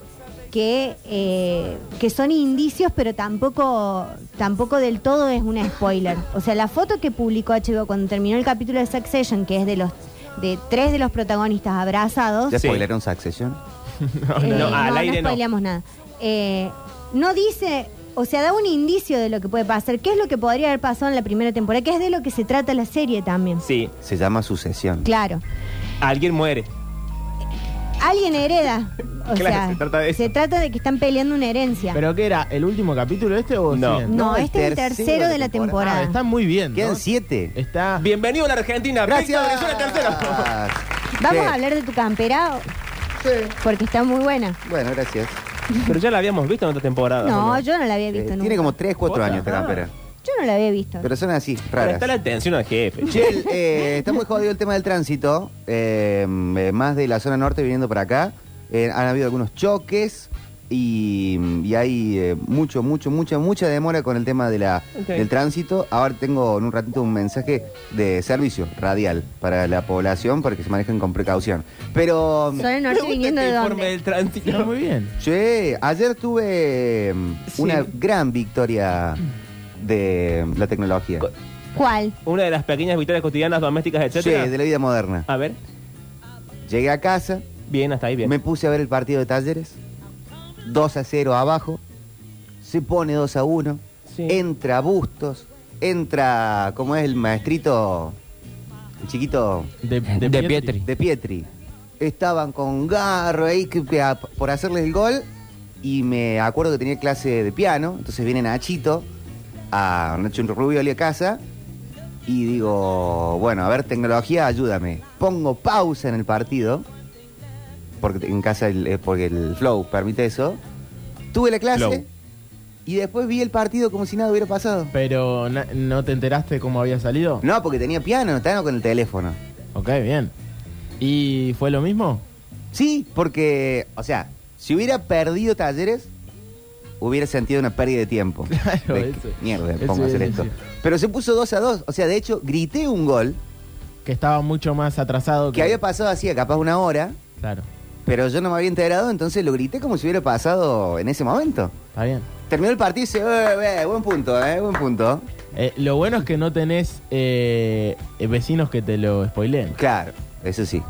Speaker 2: que, eh, que son indicios, pero tampoco, tampoco del todo es un spoiler. O sea, la foto que publicó HBO cuando terminó el capítulo de Succession, que es de los de tres de los protagonistas abrazados,
Speaker 5: ¿Ya
Speaker 1: Sí.
Speaker 5: spoilearon Succession?
Speaker 2: eh,
Speaker 1: no,
Speaker 2: no,
Speaker 1: al
Speaker 2: no
Speaker 1: aire no.
Speaker 2: spoileamos nada. Eh, no dice, o sea, da un indicio de lo que puede pasar, qué es lo que podría haber pasado en la primera temporada, que es de lo que se trata la serie también.
Speaker 1: Sí,
Speaker 5: Se llama Sucesión.
Speaker 2: Claro.
Speaker 1: alguien muere.
Speaker 2: Alguien hereda. O
Speaker 1: Claro,
Speaker 2: sea,
Speaker 1: se trata de eso.
Speaker 2: se trata de que están peleando una herencia.
Speaker 4: ¿Pero qué era? ¿El último capítulo este o
Speaker 1: No.
Speaker 4: siguen?
Speaker 2: no,
Speaker 5: no, el
Speaker 2: este es el tercero de la temporada.
Speaker 4: Ah, está muy bien. ¿no?
Speaker 5: Quedan siete.
Speaker 4: Está.
Speaker 1: Bienvenido a la Argentina.
Speaker 5: Gracias.
Speaker 1: Víctor Venezuela
Speaker 5: *laughs*
Speaker 1: tercero.
Speaker 2: Vamos
Speaker 5: Sí.
Speaker 2: a hablar de tu campera porque está muy buena.
Speaker 5: Bueno, gracias.
Speaker 1: Pero ya la habíamos visto en otra temporada. ¿o
Speaker 2: No,
Speaker 1: no?
Speaker 2: yo no la había
Speaker 5: Eh,
Speaker 2: visto nunca.
Speaker 5: tiene como 3, 4
Speaker 1: Otra.
Speaker 5: años esta
Speaker 1: Ah.
Speaker 5: campera.
Speaker 2: Yo no la había visto.
Speaker 5: Pero son así,
Speaker 1: Pero
Speaker 5: raras.
Speaker 1: está la atención al jefe.
Speaker 5: Che, el, eh, está muy jodido el tema del tránsito. eh, eh, más de la zona norte viniendo para acá. Eh, han habido algunos choques y, y hay eh, mucho, mucho, mucha, mucha demora con el tema de la,
Speaker 1: Ok.
Speaker 5: del tránsito. Ahora tengo en un ratito un mensaje de servicio radial para la población para que se manejen con precaución. Pero,
Speaker 2: Zona
Speaker 1: Me
Speaker 2: Norte
Speaker 1: gusta
Speaker 2: viniendo
Speaker 1: este
Speaker 2: de
Speaker 1: informe
Speaker 2: dónde.
Speaker 1: del tránsito.
Speaker 4: Está muy bien.
Speaker 5: che, ayer tuve mm,
Speaker 1: Sí.
Speaker 5: una gran victoria de la tecnología.
Speaker 1: Co-
Speaker 2: ¿Cuál?
Speaker 1: Una de las pequeñas victorias cotidianas, domésticas,
Speaker 5: Sí,
Speaker 1: etcétera. Ah.
Speaker 5: de la vida moderna.
Speaker 1: A ver,
Speaker 5: Llegué a casa,
Speaker 1: bien, hasta ahí, bien.
Speaker 5: Me puse a ver el partido de Talleres. 2 a 0 abajo. Se pone 2 a 1.
Speaker 1: Sí.
Speaker 5: Entra Bustos. Entra, ¿cómo es el maestrito? El chiquito
Speaker 3: *laughs*
Speaker 4: De,
Speaker 3: De Pietri.
Speaker 5: de Pietri. Estaban con Garro ahí que- que a- por hacerles el gol. Y me acuerdo que tenía clase de piano. Entonces viene Nachito, a Nacho Rubio a casa. Y digo, bueno, a ver, tecnología, ayúdame. Pongo pausa en el partido. Porque en casa, el- eh, porque el flow permite eso. Tuve la clase.
Speaker 1: Flow.
Speaker 5: Y después vi el partido como si nada hubiera pasado.
Speaker 4: Pero na- no te enteraste cómo había salido.
Speaker 5: No, porque tenía piano, estaba con el teléfono.
Speaker 4: Ok, bien. ¿Y fue lo mismo?
Speaker 5: Sí, porque, o sea, si hubiera perdido talleres, hubiera sentido una pérdida de tiempo.
Speaker 4: *laughs* Claro,
Speaker 5: De-
Speaker 4: eso.
Speaker 5: Mierda, me
Speaker 4: Eso
Speaker 5: pongo a hacer
Speaker 4: iba a
Speaker 5: esto.
Speaker 4: decir.
Speaker 5: Pero se puso 2 a 2. O sea, de hecho, grité un gol
Speaker 4: Que estaba mucho más atrasado
Speaker 5: que había pasado hacía capaz una hora,
Speaker 4: Claro,
Speaker 5: pero yo no me había enterado, entonces lo grité como si hubiera pasado en ese momento.
Speaker 4: está bien.
Speaker 5: Terminó el partido y dice, "Eh, eh, buen punto, eh, buen punto.
Speaker 4: Eh, lo bueno es que no tenés eh, eh, vecinos que te lo spoileen.
Speaker 5: Claro, eso sí.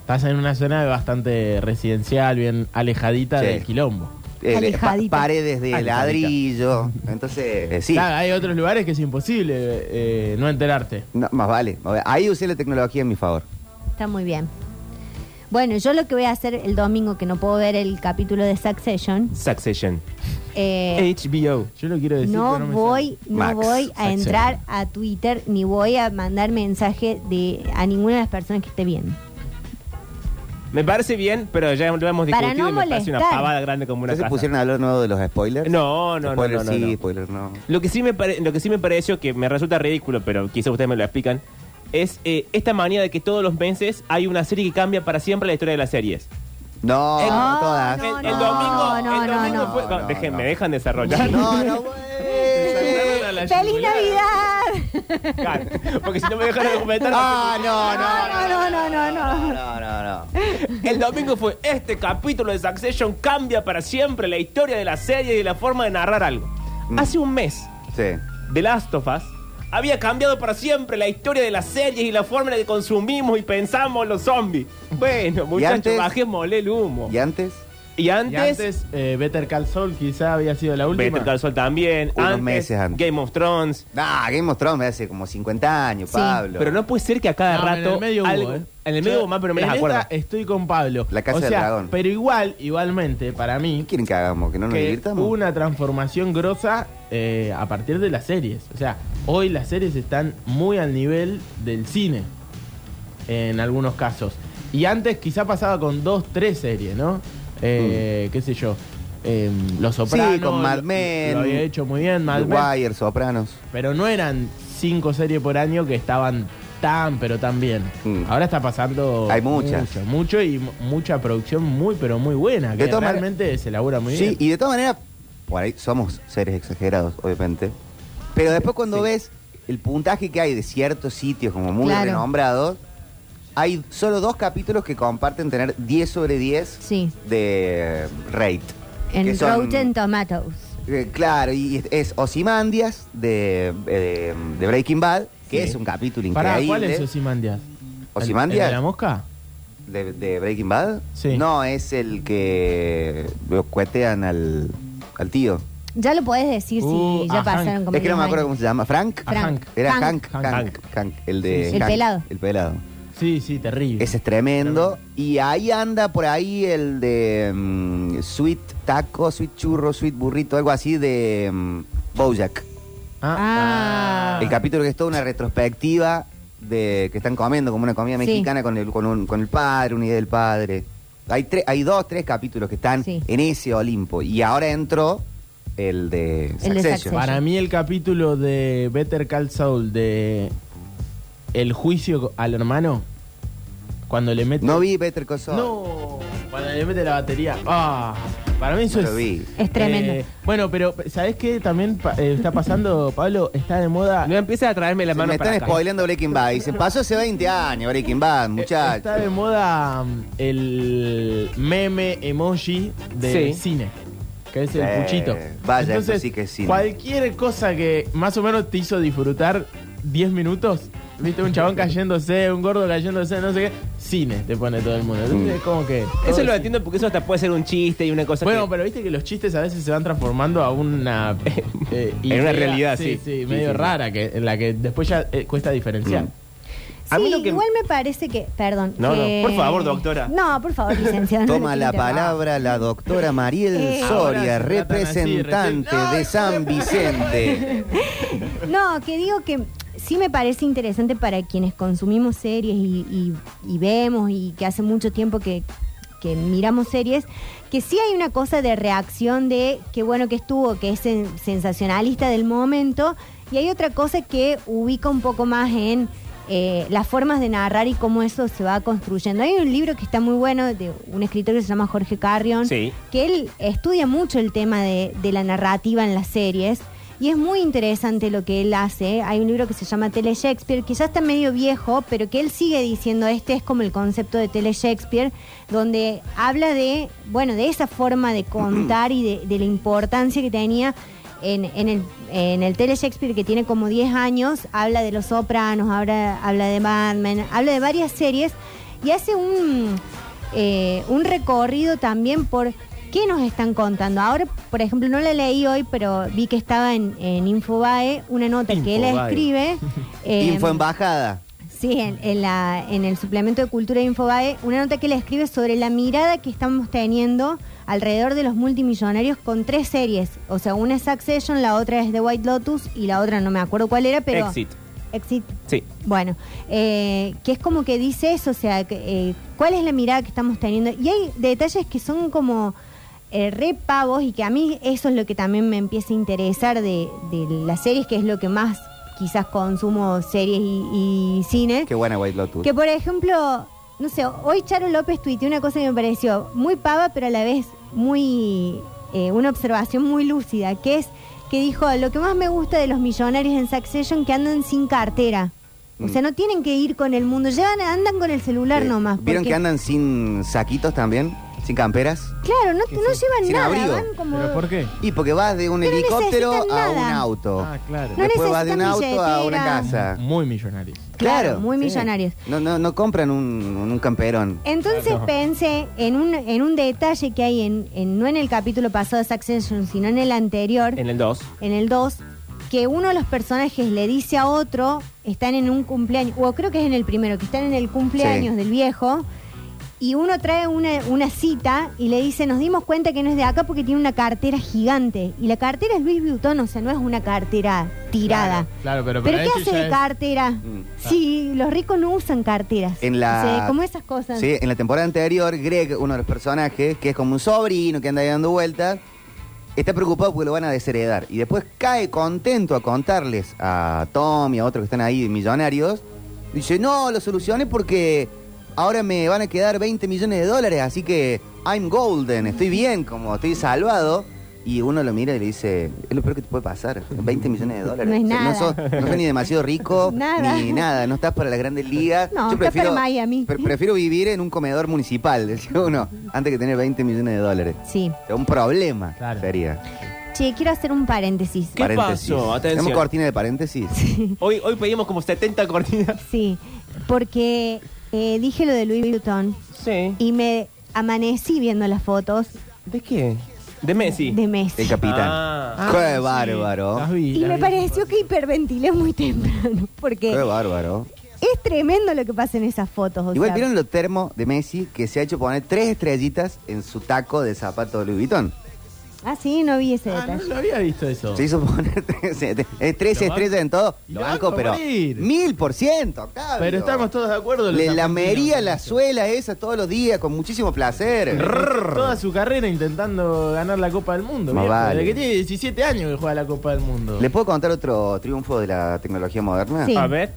Speaker 4: Estás en una zona bastante residencial, bien alejadita
Speaker 5: Sí.
Speaker 4: del quilombo.
Speaker 5: Eh,
Speaker 2: Alejadita.
Speaker 5: pa- paredes de
Speaker 1: Alejadita.
Speaker 5: ladrillo. Entonces, eh, sí.
Speaker 4: Claro, hay otros lugares que es imposible eh, eh, no enterarte.
Speaker 5: No, más vale. más vale. Ahí usé la tecnología en mi favor.
Speaker 2: Está muy bien. Bueno, yo lo que voy a hacer el domingo, que no puedo ver el capítulo de Succession,
Speaker 1: Succession.
Speaker 2: eh,
Speaker 1: HBO.
Speaker 4: Yo lo quiero decir.
Speaker 2: no
Speaker 4: pero me
Speaker 2: voy, no
Speaker 5: Max,
Speaker 2: voy a
Speaker 4: Succession.
Speaker 2: entrar a Twitter ni voy a mandar mensaje de, a ninguna de las personas que esté viendo.
Speaker 1: Me parece bien, pero ya lo hemos
Speaker 2: Para
Speaker 1: discutido
Speaker 2: no
Speaker 1: y me parece una
Speaker 2: molestar.
Speaker 1: pavada grande como una
Speaker 5: ¿No se
Speaker 1: casa.
Speaker 5: pusieron a hablar nuevo de los spoilers?
Speaker 1: No, no, no,
Speaker 5: spoiler
Speaker 1: no, no,
Speaker 5: sí,
Speaker 1: no.
Speaker 5: spoiler no.
Speaker 1: Lo que sí me pare- lo que sí me pareció que me resulta ridículo, pero quizá ustedes me lo explican, es eh, esta manía de que todos los meses hay una serie que cambia para siempre la historia de las series.
Speaker 5: No,
Speaker 1: El-
Speaker 5: no,
Speaker 2: Eh, No,
Speaker 5: todas.
Speaker 1: El, el
Speaker 2: no,
Speaker 1: domingo,
Speaker 2: no,
Speaker 1: el
Speaker 2: no,
Speaker 1: domingo
Speaker 2: no.
Speaker 1: fue- no,
Speaker 5: No,
Speaker 1: dejen-
Speaker 5: no.
Speaker 1: me dejan desarrollar.
Speaker 5: No, no,
Speaker 1: Saludaron
Speaker 5: güey.
Speaker 1: a la
Speaker 2: ¡Feliz
Speaker 1: yugular.
Speaker 2: Navidad!
Speaker 1: *laughs* Claro, Porque si no me dejan argumentar.
Speaker 5: Ah, no, no,
Speaker 2: No, no, no, no, no.
Speaker 5: no, no, no.
Speaker 1: El domingo fue este capítulo de Succession cambia para siempre la historia de la serie y la forma de narrar algo.
Speaker 5: Mm.
Speaker 1: Hace un mes,
Speaker 5: Sí.
Speaker 1: The Last of Us había cambiado para siempre la historia de las series y la forma en la que consumimos y pensamos los zombies. Bueno, muchachos,
Speaker 5: antes?
Speaker 1: bajémosle el humo.
Speaker 5: ¿Y antes?
Speaker 1: Y
Speaker 4: Y
Speaker 1: antes,
Speaker 4: antes, eh, Better Call Saul quizá había sido la última.
Speaker 1: Better Call Saul también.
Speaker 5: Unos
Speaker 1: antes,
Speaker 5: meses antes.
Speaker 1: Game of Thrones.
Speaker 5: Ah, Game of Thrones hace como 50 años,
Speaker 2: Sí.
Speaker 5: Pablo.
Speaker 1: Pero no puede ser que a cada
Speaker 4: No,
Speaker 1: rato.
Speaker 4: En el medio hubo,
Speaker 1: algo-
Speaker 4: eh.
Speaker 1: en el medio
Speaker 4: Yo
Speaker 1: hubo más, pero me
Speaker 4: en
Speaker 1: las acuerdo.
Speaker 4: esta estoy con Pablo.
Speaker 5: La Casa
Speaker 4: o
Speaker 5: del
Speaker 4: sea,
Speaker 5: Dragón.
Speaker 4: Pero igual, igualmente, para mí,
Speaker 5: ¿Qué quieren que hagamos? ¿Que no nos
Speaker 4: que
Speaker 5: divirtamos?
Speaker 4: hubo una transformación grosa eh, a partir de las series. O sea, hoy las series están muy al nivel del cine, en algunos casos. Y antes quizá pasaba con dos, tres series, ¿no? Eh, ¿Qué sé yo? eh, Los Sopranos.
Speaker 5: Mm. con Mad
Speaker 4: lo-
Speaker 5: Men.
Speaker 4: Lo había hecho muy bien, Mad
Speaker 5: The
Speaker 4: Men.
Speaker 5: Wire, Sopranos.
Speaker 4: Pero no eran cinco series por año que estaban tan, pero tan bien.
Speaker 5: Mm.
Speaker 4: Ahora está pasando.
Speaker 5: Hay muchas.
Speaker 4: Mucho, mucho y mu- mucha producción muy, pero muy buena. Que
Speaker 5: De todas maneras-
Speaker 4: realmente se elabora muy
Speaker 5: Sí,
Speaker 4: bien.
Speaker 5: y de todas maneras, por ahí somos seres exagerados, obviamente. Pero después cuando ves el puntaje que hay de ciertos sitios como muy
Speaker 2: Claro.
Speaker 5: renombrados, hay solo dos capítulos que comparten tener 10 sobre 10
Speaker 2: Sí.
Speaker 5: de mm, rate. que
Speaker 2: En
Speaker 5: son-
Speaker 2: Rotten Tomatoes.
Speaker 5: Eh, claro, y es Osimandias de, eh, de Breaking Bad, que
Speaker 4: Sí.
Speaker 5: es un capítulo
Speaker 4: Pará,
Speaker 5: increíble.
Speaker 4: ¿cuál es Osimandias?
Speaker 5: Ozymandias?
Speaker 4: ¿El de la mosca?
Speaker 5: de, de Breaking Bad?
Speaker 4: Sí.
Speaker 5: No, es el que lo cuetean al, al tío.
Speaker 2: Ya lo podés decir
Speaker 4: Uh,
Speaker 2: si ya
Speaker 4: ah,
Speaker 2: pasaron
Speaker 4: Hank.
Speaker 2: como
Speaker 5: Es que no
Speaker 2: 10
Speaker 5: me acuerdo cómo
Speaker 2: años.
Speaker 5: se llama. ¿Frank?
Speaker 4: Ah, Frank.
Speaker 5: Era Hank,
Speaker 2: Hank.
Speaker 5: Hank,
Speaker 4: Hank.
Speaker 5: Hank, el de
Speaker 4: Sí,
Speaker 2: sí. El
Speaker 5: Hank,
Speaker 2: pelado.
Speaker 5: El pelado.
Speaker 4: Sí, sí, terrible.
Speaker 5: Ese es tremendo. Y ahí anda por ahí el de mm, Sweet Taco, Sweet Churro, Sweet Burrito, algo así de mm, Bojack.
Speaker 2: Ah.
Speaker 5: El capítulo que es toda una retrospectiva de que están comiendo como una comida
Speaker 2: Sí.
Speaker 5: mexicana con el, con, un- con el padre, una idea del padre. Hay, tres, hay dos, tres capítulos que están
Speaker 2: Sí.
Speaker 5: en ese Olimpo. Y ahora entró el de
Speaker 2: El de
Speaker 5: Succession.
Speaker 2: Succession.
Speaker 4: Para mí el capítulo de Better Call Saul de El juicio al hermano, cuando le mete...
Speaker 5: No vi Better Call Saul.
Speaker 4: No, cuando le mete la batería. Ah, para mí eso
Speaker 5: No lo
Speaker 4: es...
Speaker 5: vi.
Speaker 2: Es tremendo.
Speaker 4: Eh, bueno, pero ¿sabés qué también pa- eh, está pasando, Pablo? Está de moda...
Speaker 1: No empieces a traerme la
Speaker 5: Se
Speaker 1: mano
Speaker 5: me
Speaker 1: para
Speaker 5: están
Speaker 1: acá.
Speaker 5: spoileando Breaking Bad. Dicen, pasó hace 20 años Breaking Bad,
Speaker 4: Está de
Speaker 5: muchachos.
Speaker 4: moda mm, el meme emoji de
Speaker 1: Sí.
Speaker 4: cine, que es el
Speaker 5: Eh,
Speaker 4: puchito.
Speaker 5: vaya, eso sí que es cine.
Speaker 4: cualquier cosa que más o menos te hizo disfrutar 10 minutos, viste un
Speaker 5: *laughs*
Speaker 4: chabón cayéndose, un gordo cayéndose, no sé qué, cine te pone todo el mundo. Entonces,
Speaker 5: Mm.
Speaker 4: es como que...
Speaker 1: Eso
Speaker 4: todo
Speaker 1: lo
Speaker 4: es-
Speaker 1: entiendo porque eso hasta puede ser un chiste y una cosa
Speaker 4: Bueno,
Speaker 1: que-
Speaker 4: pero viste que los chistes a veces se van transformando a una... *laughs* eh,
Speaker 1: En una realidad, sí.
Speaker 4: Sí,
Speaker 1: Sí,
Speaker 4: medio
Speaker 1: sí.
Speaker 4: rara, que, en la que después ya eh, cuesta diferenciar.
Speaker 5: Mm.
Speaker 1: a mí
Speaker 2: Sí,
Speaker 1: lo que-
Speaker 2: igual me parece que. Perdón.
Speaker 1: No, no,
Speaker 2: que-
Speaker 1: por favor, doctora.
Speaker 2: No, por favor, licenciado. no
Speaker 5: Toma
Speaker 2: lo
Speaker 5: la
Speaker 2: quiero.
Speaker 5: palabra la doctora Mariel
Speaker 2: Eh.
Speaker 4: Ahora
Speaker 5: Soria,
Speaker 4: se tratan así,
Speaker 5: representante
Speaker 4: recién-
Speaker 5: de San Vicente.
Speaker 2: *laughs* No, que digo que sí me parece interesante para quienes consumimos series y, y- y vemos y que hace mucho tiempo que, que miramos series, que sí hay una cosa de reacción de qué bueno que estuvo, que es sen- sensacionalista del momento, y hay otra cosa que ubica un poco más en... eh, las formas de narrar y cómo eso se va construyendo. Hay un libro que está muy bueno de un escritor que se llama Jorge Carrion,
Speaker 1: Sí.
Speaker 2: que él estudia mucho el tema de, de la narrativa en las series y es muy interesante lo que él hace. Hay un libro que se llama Tele Shakespeare, que ya está medio viejo, pero que él sigue diciendo, este es como el concepto de Tele Shakespeare, donde habla de, bueno, de esa forma de contar y de, de la importancia que tenía. En, en el, en el Tele Shakespeare, que tiene como 10 años, habla de Los Sopranos, habla, habla de Batman, habla de varias series y hace un, eh, un recorrido también por qué nos están contando. Ahora, por ejemplo, no la leí hoy, pero vi que estaba en, en Infobae una nota que él
Speaker 1: Infobae. *laughs*
Speaker 2: escribe. eh,
Speaker 5: Info Embajada.
Speaker 2: Sí, en, en la, en el suplemento de Cultura de Infobae, una nota que le escribe sobre la mirada que estamos teniendo alrededor de los multimillonarios con tres series. O sea, una es Succession, la otra es The White Lotus y la otra no me acuerdo cuál era, pero...
Speaker 1: Exit.
Speaker 2: Exit.
Speaker 1: Sí.
Speaker 2: Bueno, eh, que es como que dice eso, o sea, que, eh, ¿cuál es la mirada que estamos teniendo? Y hay detalles que son como eh, re pavos y que a mí eso es lo que también me empieza a interesar de, de las series, que es lo que más quizás consumo series y, y cine.
Speaker 5: Qué buena White Lotus.
Speaker 2: Que por ejemplo, no sé, hoy Charo López tuiteó una cosa que me pareció muy pava, pero a la vez muy. eh, una observación muy lúcida, que es que dijo: Lo que más me gusta de los millonarios en Succession que andan sin cartera. O sea, no tienen que ir con el mundo, llevan, andan con el celular
Speaker 5: Eh,
Speaker 2: nomás.
Speaker 5: ¿Vieron
Speaker 2: porque-
Speaker 5: que andan sin saquitos también? sin camperas.
Speaker 2: Claro, no, no llevan
Speaker 5: Sin
Speaker 2: nada,
Speaker 5: abrigo.
Speaker 2: van como...
Speaker 4: ¿Pero por qué?
Speaker 5: Y porque vas de un
Speaker 2: Pero no
Speaker 5: helicóptero a
Speaker 2: necesitan
Speaker 5: un
Speaker 2: nada.
Speaker 5: auto.
Speaker 4: Ah, claro.
Speaker 2: No
Speaker 5: Después vas de un auto
Speaker 2: necesitan
Speaker 5: a una
Speaker 2: billetera.
Speaker 5: casa.
Speaker 4: Muy millonarios.
Speaker 2: Claro, muy millonarios.
Speaker 5: No, no, no compran un, un camperón.
Speaker 2: Entonces
Speaker 4: Claro.
Speaker 2: pensé en un, en un detalle que hay, en, en- no en el capítulo pasado de Succession, sino en el anterior,
Speaker 1: En el
Speaker 4: *laughs*
Speaker 1: 2.
Speaker 2: en el 2, que uno de los personajes le dice a otro, están en un cumpleaños, o creo que es en el primero, que están en el cumpleaños
Speaker 5: Sí.
Speaker 2: del viejo, y uno trae una, una cita y le dice, nos dimos cuenta que no es de acá porque tiene una cartera gigante. Y la cartera es Luis Vuitton, o sea, no es una cartera tirada.
Speaker 4: Claro, pero,
Speaker 2: ¿Pero
Speaker 4: para
Speaker 2: qué
Speaker 4: eso
Speaker 2: hace
Speaker 4: ya
Speaker 2: de
Speaker 4: es- Ah.
Speaker 2: cartera? Sí, los ricos no usan carteras.
Speaker 5: Mm. En la-
Speaker 2: O sea, como esas cosas.
Speaker 5: Sí, en la temporada anterior, Greg, uno de los personajes, que es como un sobrino que anda ahí dando vueltas, está preocupado porque lo van a desheredar. Y después cae contento a contarles a Tom y a otros que están ahí, millonarios. Dice, no, lo solucioné porque ahora me van a quedar 20 millones de dólares, así que I'm golden, estoy bien, como estoy salvado. Y uno lo mira y le dice, es lo peor que te puede pasar, 20 millones de dólares.
Speaker 2: No es nada.
Speaker 5: sos- no sos ni demasiado rico,
Speaker 2: *laughs* Nada.
Speaker 5: ni nada, no estás para las grandes ligas.
Speaker 2: No,
Speaker 5: Yo
Speaker 2: estás para
Speaker 5: prefiero,
Speaker 2: Miami.
Speaker 5: pre- prefiero vivir en un comedor municipal, *laughs* decía uno, antes que tener 20 millones de dólares.
Speaker 2: Sí.
Speaker 5: O sea, un problema
Speaker 4: Claro.
Speaker 5: sería.
Speaker 2: Che, quiero hacer un paréntesis.
Speaker 1: ¿Qué pasó? Atención.
Speaker 5: ¿Tenemos cortina de paréntesis?
Speaker 1: Hoy, hoy pedimos como 70 cortinas.
Speaker 2: Sí, porque eh, dije lo de Louis Vuitton
Speaker 1: Sí.
Speaker 2: y me amanecí viendo las fotos
Speaker 1: ¿De qué? De Messi.
Speaker 2: de
Speaker 5: El
Speaker 2: Messi.
Speaker 5: capitán.
Speaker 1: Ah.
Speaker 5: ¡Qué
Speaker 4: sí,
Speaker 5: bárbaro!
Speaker 4: las vi,
Speaker 2: Y
Speaker 4: las
Speaker 2: me
Speaker 4: vi.
Speaker 2: pareció que hiperventilé muy temprano, *laughs*
Speaker 5: ¡Qué
Speaker 2: porque
Speaker 5: bárbaro!
Speaker 2: es tremendo lo que pasa en esas fotos. o
Speaker 5: Igual
Speaker 2: sea,
Speaker 5: vieron lo termo de Messi que se ha hecho poner tres estrellitas en su taco de zapato de Louis Vuitton.
Speaker 2: Ah, sí, no vi ese
Speaker 4: Ah, no,
Speaker 2: detalle.
Speaker 4: no había visto eso.
Speaker 5: Se hizo poner *laughs* tres, eh, tres
Speaker 4: Lo banco.
Speaker 5: estrellas en todo.
Speaker 4: Y
Speaker 5: Lo
Speaker 4: lo
Speaker 5: banco,
Speaker 4: banco a
Speaker 5: pero
Speaker 4: morir.
Speaker 5: mil por ciento, Octavio.
Speaker 4: Pero estamos todos de acuerdo. los
Speaker 5: Le lamería
Speaker 4: argentinos.
Speaker 5: la suela esa todos los días con muchísimo placer.
Speaker 4: Toda su carrera intentando ganar la Copa del Mundo.
Speaker 5: Más
Speaker 4: viejo.
Speaker 5: vale.
Speaker 4: Desde que tiene 17 años que juega la Copa del Mundo.
Speaker 5: ¿Le puedo contar otro triunfo de la tecnología moderna?
Speaker 2: Sí.
Speaker 1: A ver.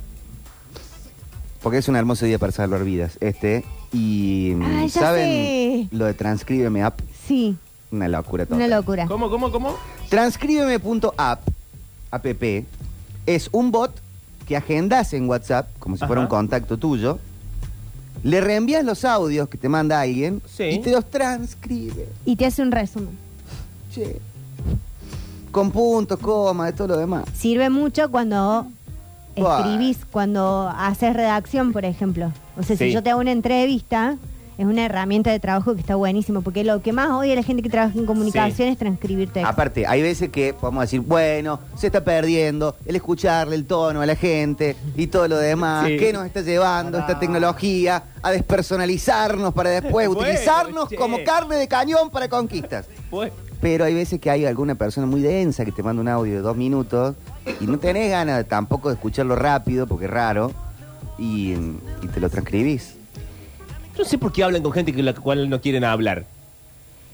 Speaker 5: Porque es un hermoso día para salvar vidas. Este. Y. mm,
Speaker 2: Ah, ya
Speaker 5: ¿Saben
Speaker 2: sé.
Speaker 5: lo de Transcríbeme App?
Speaker 2: Sí,
Speaker 5: Una locura todo.
Speaker 2: una locura.
Speaker 4: ¿Cómo, cómo, cómo?
Speaker 5: Transcríbeme.app, app, es un bot que agendas en WhatsApp, como si fuera
Speaker 1: Ajá.
Speaker 5: un contacto tuyo. Le reenvías los audios que te manda alguien
Speaker 1: Sí.
Speaker 5: y te los transcribe.
Speaker 2: Y te hace un resumen.
Speaker 5: Che. Con puntos, comas, de todo lo demás.
Speaker 2: Sirve mucho cuando
Speaker 5: Buah.
Speaker 2: escribís, cuando haces redacción, por ejemplo. O sea,
Speaker 1: Sí.
Speaker 2: si yo te hago una entrevista, es una herramienta de trabajo que está buenísimo, porque lo que más odia la gente que trabaja en comunicación es transcribir texto.
Speaker 5: Aparte, hay veces que podemos decir, bueno, se está perdiendo el escucharle el tono a la gente y todo lo demás.
Speaker 1: Sí.
Speaker 5: ¿Qué nos está llevando esta tecnología a despersonalizarnos para
Speaker 1: *laughs*
Speaker 5: después
Speaker 1: Bueno,
Speaker 5: utilizarnos
Speaker 1: che.
Speaker 5: como carne de cañón para conquistas?
Speaker 1: Pues,
Speaker 5: Pero hay veces que hay alguna persona muy densa que te manda un audio de dos minutos y no tenés ganas de- tampoco de escucharlo rápido porque es raro y, y te lo transcribís.
Speaker 1: yo no sé por qué hablan con gente con la cual no quieren hablar.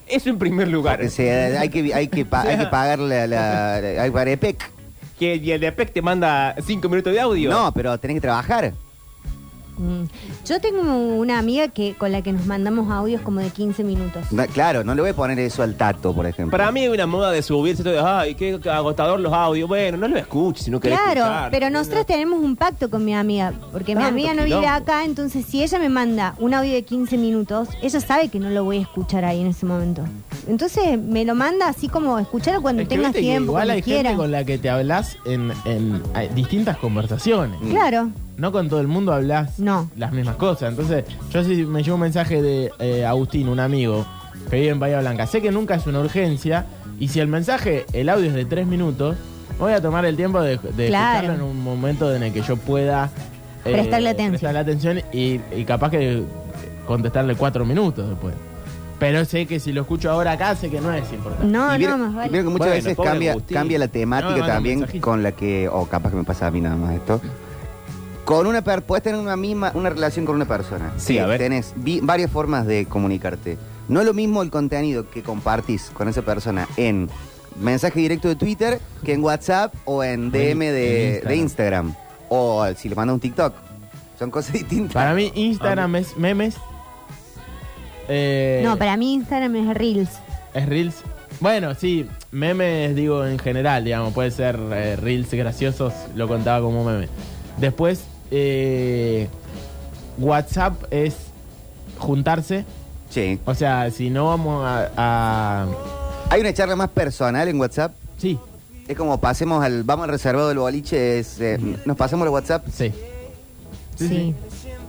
Speaker 1: Eso en primer lugar.
Speaker 5: O sea, hay que, hay que,
Speaker 1: *laughs*
Speaker 5: pa- hay que pagar la, la, la- hay que pagar EPEC.
Speaker 1: Que el el de APEC te manda 5 minutos de audio.
Speaker 5: No, pero tenés que trabajar.
Speaker 2: Mm. Yo tengo una amiga que con la que nos mandamos audios como de 15 minutos.
Speaker 5: No, claro, no le voy a poner eso al tato, por ejemplo.
Speaker 1: Para mí hay una moda de subirse todo de, ay, qué agotador los audios. Bueno, no lo escuches si no querés
Speaker 2: Claro,
Speaker 1: escuchar.
Speaker 2: pero nosotros tenemos un pacto con mi amiga, porque mi
Speaker 1: Tanto
Speaker 2: amiga no vive
Speaker 1: quilombo.
Speaker 2: acá, entonces si ella me manda un audio de 15 minutos, ella sabe que no lo voy a escuchar ahí en ese momento. Entonces me lo manda así como escuchar cuando
Speaker 4: Es que
Speaker 2: tengas
Speaker 4: viste que
Speaker 2: tiempo,
Speaker 4: Igual
Speaker 2: cuando
Speaker 4: hay
Speaker 2: quieras.
Speaker 4: gente con la que te hablas en, en, eh, distintas conversaciones.
Speaker 2: Claro,
Speaker 4: No con todo el mundo hablas
Speaker 2: No.
Speaker 4: las mismas cosas. Entonces, yo si me llevo un mensaje de eh, Agustín, un amigo que vive en Bahía Blanca, sé que nunca es una urgencia. Y si el mensaje, el audio es de tres minutos, voy a tomar el tiempo de, de
Speaker 2: Claro.
Speaker 4: escucharlo en un momento en el que yo pueda eh,
Speaker 2: Prestarle atención.
Speaker 4: prestarle atención y, y capaz que contestarle cuatro minutos después. Pero sé que si lo escucho ahora acá, sé que no es importante.
Speaker 2: no,
Speaker 5: Y vieron-
Speaker 2: no, más vale.
Speaker 5: y vieron que muchas
Speaker 1: Bueno,
Speaker 5: veces
Speaker 1: pobre
Speaker 5: cambia,
Speaker 1: Agustín.
Speaker 5: cambia la
Speaker 4: No,
Speaker 5: temática
Speaker 4: me manda un
Speaker 5: también
Speaker 4: mensajito.
Speaker 5: con la que, o capaz que me pasa a mí nada más esto. Con una per- puedes tener una misma una relación con una persona.
Speaker 1: Sí,
Speaker 5: Que
Speaker 1: a ver.
Speaker 5: Tenés vi- varias formas de comunicarte. No es lo mismo el contenido que compartís con esa persona en mensaje directo de Twitter que en WhatsApp o en DM de,
Speaker 4: en Instagram.
Speaker 5: de Instagram. O si le manda un TikTok. Son cosas *laughs* distintas.
Speaker 4: Para mí, Instagram es memes. Eh,
Speaker 2: No, para mí Instagram es Reels.
Speaker 4: ¿Es Reels? Bueno, sí, memes digo en general, digamos, puede ser eh, Reels graciosos, lo contaba como meme. Después, eh, WhatsApp es juntarse
Speaker 5: Sí.
Speaker 4: O sea, si no vamos a. a-
Speaker 5: Hay una charla más personal en WhatsApp.
Speaker 4: Sí,
Speaker 5: Es como pasemos al. Vamos al reservado del boliche. es, eh, nos pasamos al WhatsApp.
Speaker 4: sí.
Speaker 2: Sí.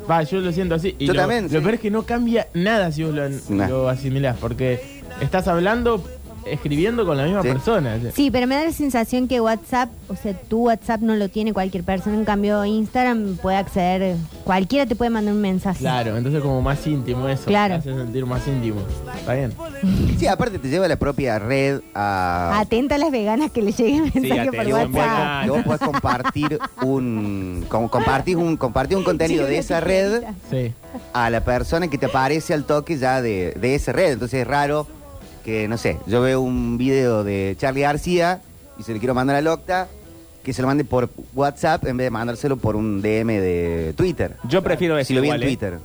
Speaker 4: Va, yo lo siento así. Y
Speaker 5: Yo
Speaker 4: lo,
Speaker 5: también,
Speaker 4: Lo
Speaker 5: sí.
Speaker 4: peor es que no cambia nada si vos lo, an-
Speaker 5: Nah.
Speaker 4: lo asimilás, porque estás hablando, escribiendo con la misma
Speaker 5: Sí.
Speaker 4: persona.
Speaker 2: Sí, pero me da la sensación que WhatsApp, o sea, tu WhatsApp no lo tiene cualquier persona, en cambio Instagram puede acceder, cualquiera te puede mandar un mensaje.
Speaker 4: Claro, entonces como más íntimo eso.
Speaker 2: Claro.
Speaker 4: Te hace sentir más íntimo. Está bien.
Speaker 5: Sí, aparte te lleva la propia red a.
Speaker 2: Atenta a las veganas que le llegue mensaje Ah, por
Speaker 1: atenta,
Speaker 5: que vos
Speaker 2: WhatsApp.
Speaker 1: bueno.
Speaker 5: podés,
Speaker 1: Ah.
Speaker 5: que vos podés compartir un. com- compartís un compartir un contenido de esa red
Speaker 4: Sí.
Speaker 5: a la persona que te aparece al toque ya de, de esa red. Entonces es raro que, no sé, yo veo un video de Charlie García y se le quiero mandar a Locta, que se lo mande por WhatsApp en vez de mandárselo por un DM de Twitter.
Speaker 1: Yo prefiero eso
Speaker 5: Si lo vi
Speaker 1: igual,
Speaker 5: en
Speaker 1: ¿eh?
Speaker 5: Twitter.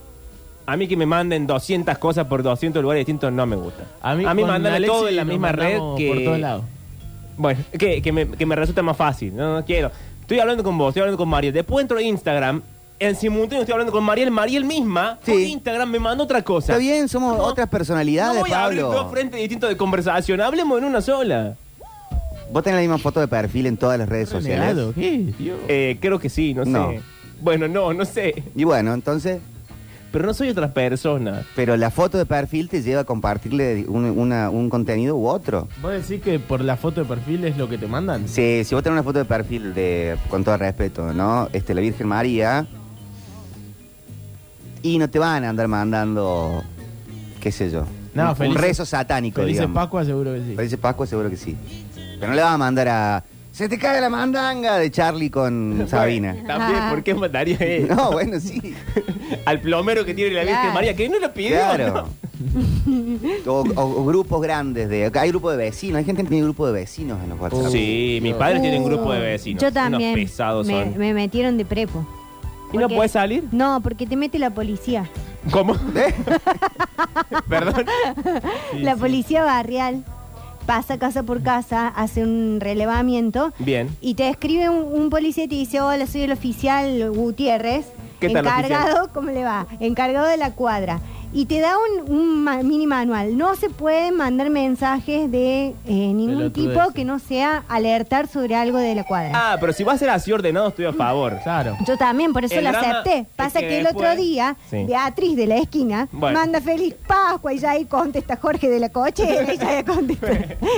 Speaker 1: A mí que me manden 200 cosas por 200 lugares distintos no me gusta. A mí,
Speaker 4: con
Speaker 1: mandarme
Speaker 4: Alexis
Speaker 1: todo en la
Speaker 4: nos
Speaker 1: misma red
Speaker 4: mandamos
Speaker 1: que...
Speaker 4: Por todos lados.
Speaker 1: Bueno, que, que me, que me resulta más fácil. No, no quiero. Estoy hablando con vos, estoy hablando con Mariel. Después entro a Instagram. En simultáneo estoy hablando con Mariel. Mariel misma por
Speaker 5: Sí.
Speaker 1: Instagram me manda otra cosa.
Speaker 5: Está bien, somos
Speaker 1: No.
Speaker 5: otras
Speaker 1: No
Speaker 5: personalidades,
Speaker 1: voy a abrir dos
Speaker 5: Pablo.
Speaker 1: frentes distintos de conversación. Hablemos en una sola.
Speaker 5: Vos tenés la misma foto de perfil en todas las redes sociales.
Speaker 4: Renegado, ¿qué? Dios.
Speaker 1: Eh, creo que sí, no sé.
Speaker 5: No.
Speaker 1: Bueno, no, no sé.
Speaker 5: Y bueno, entonces,
Speaker 1: Pero no soy otra persona.
Speaker 5: pero la foto de perfil te lleva a compartirle un, una- un contenido u otro.
Speaker 4: ¿Vos decís que por la foto de perfil es lo que te mandan?
Speaker 5: Si, si vos tenés una foto de perfil de, con todo respeto, ¿no? Este, la Virgen María. Y no te van a andar mandando, qué sé yo.
Speaker 4: No,
Speaker 5: un,
Speaker 4: felices-
Speaker 5: un rezo satánico,
Speaker 4: Felices
Speaker 5: digamos.
Speaker 4: Pascua seguro que sí.
Speaker 5: Felices Pascua seguro que sí. Pero no le vas a mandar a. Se te cae la mandanga de Charlie con Sabina.
Speaker 1: Bueno, también, ¿por qué
Speaker 5: *laughs*
Speaker 1: mandaría eso?
Speaker 5: No, bueno, sí.
Speaker 1: Al plomero que tiene la Virgen
Speaker 2: Claro.
Speaker 1: María, que no lo *laughs* pidió.
Speaker 5: Claro.
Speaker 1: ¿no?
Speaker 5: *laughs* O, o- o grupos grandes de. Hay grupos de vecinos, hay gente que tiene grupo de vecinos en los WhatsApp.
Speaker 1: Sí, mis padres tienen
Speaker 2: Uh,
Speaker 1: un grupo de vecinos.
Speaker 2: Yo también.
Speaker 1: Unos pesados
Speaker 2: me,
Speaker 1: son.
Speaker 2: me metieron de prepo.
Speaker 1: ¿Y no
Speaker 2: Porque-
Speaker 1: puedes salir?
Speaker 2: No, porque te mete la policía.
Speaker 5: *laughs*
Speaker 1: ¿Cómo?
Speaker 5: ¿Eh?
Speaker 1: *laughs* Perdón.
Speaker 2: la policía barrial pasa casa por casa, hace un relevamiento
Speaker 1: Bien.
Speaker 2: y te escribe un, un policía y te dice, hola, soy el oficial Gutiérrez,
Speaker 1: ¿Qué tal,
Speaker 2: encargado, ¿cómo le va? Encargado de la cuadra. Y te da un, un ma- mini manual. No se pueden mandar mensajes de eh, ningún
Speaker 4: Pelotudez.
Speaker 2: tipo que no sea alertar sobre algo de la cuadra.
Speaker 1: Ah, pero si va a ser así ordenado, estoy a favor.
Speaker 4: Claro.
Speaker 2: Yo también, por eso
Speaker 1: El
Speaker 2: lo
Speaker 1: drama
Speaker 2: acepté.
Speaker 1: es
Speaker 2: Pasa
Speaker 1: que
Speaker 2: que, el
Speaker 1: después-
Speaker 2: otro día,
Speaker 1: Sí.
Speaker 2: Beatriz de la esquina
Speaker 1: Bueno.
Speaker 2: manda feliz Pascua y ya ahí contesta Jorge de la cochera y ya
Speaker 1: *laughs*
Speaker 2: ahí contesta.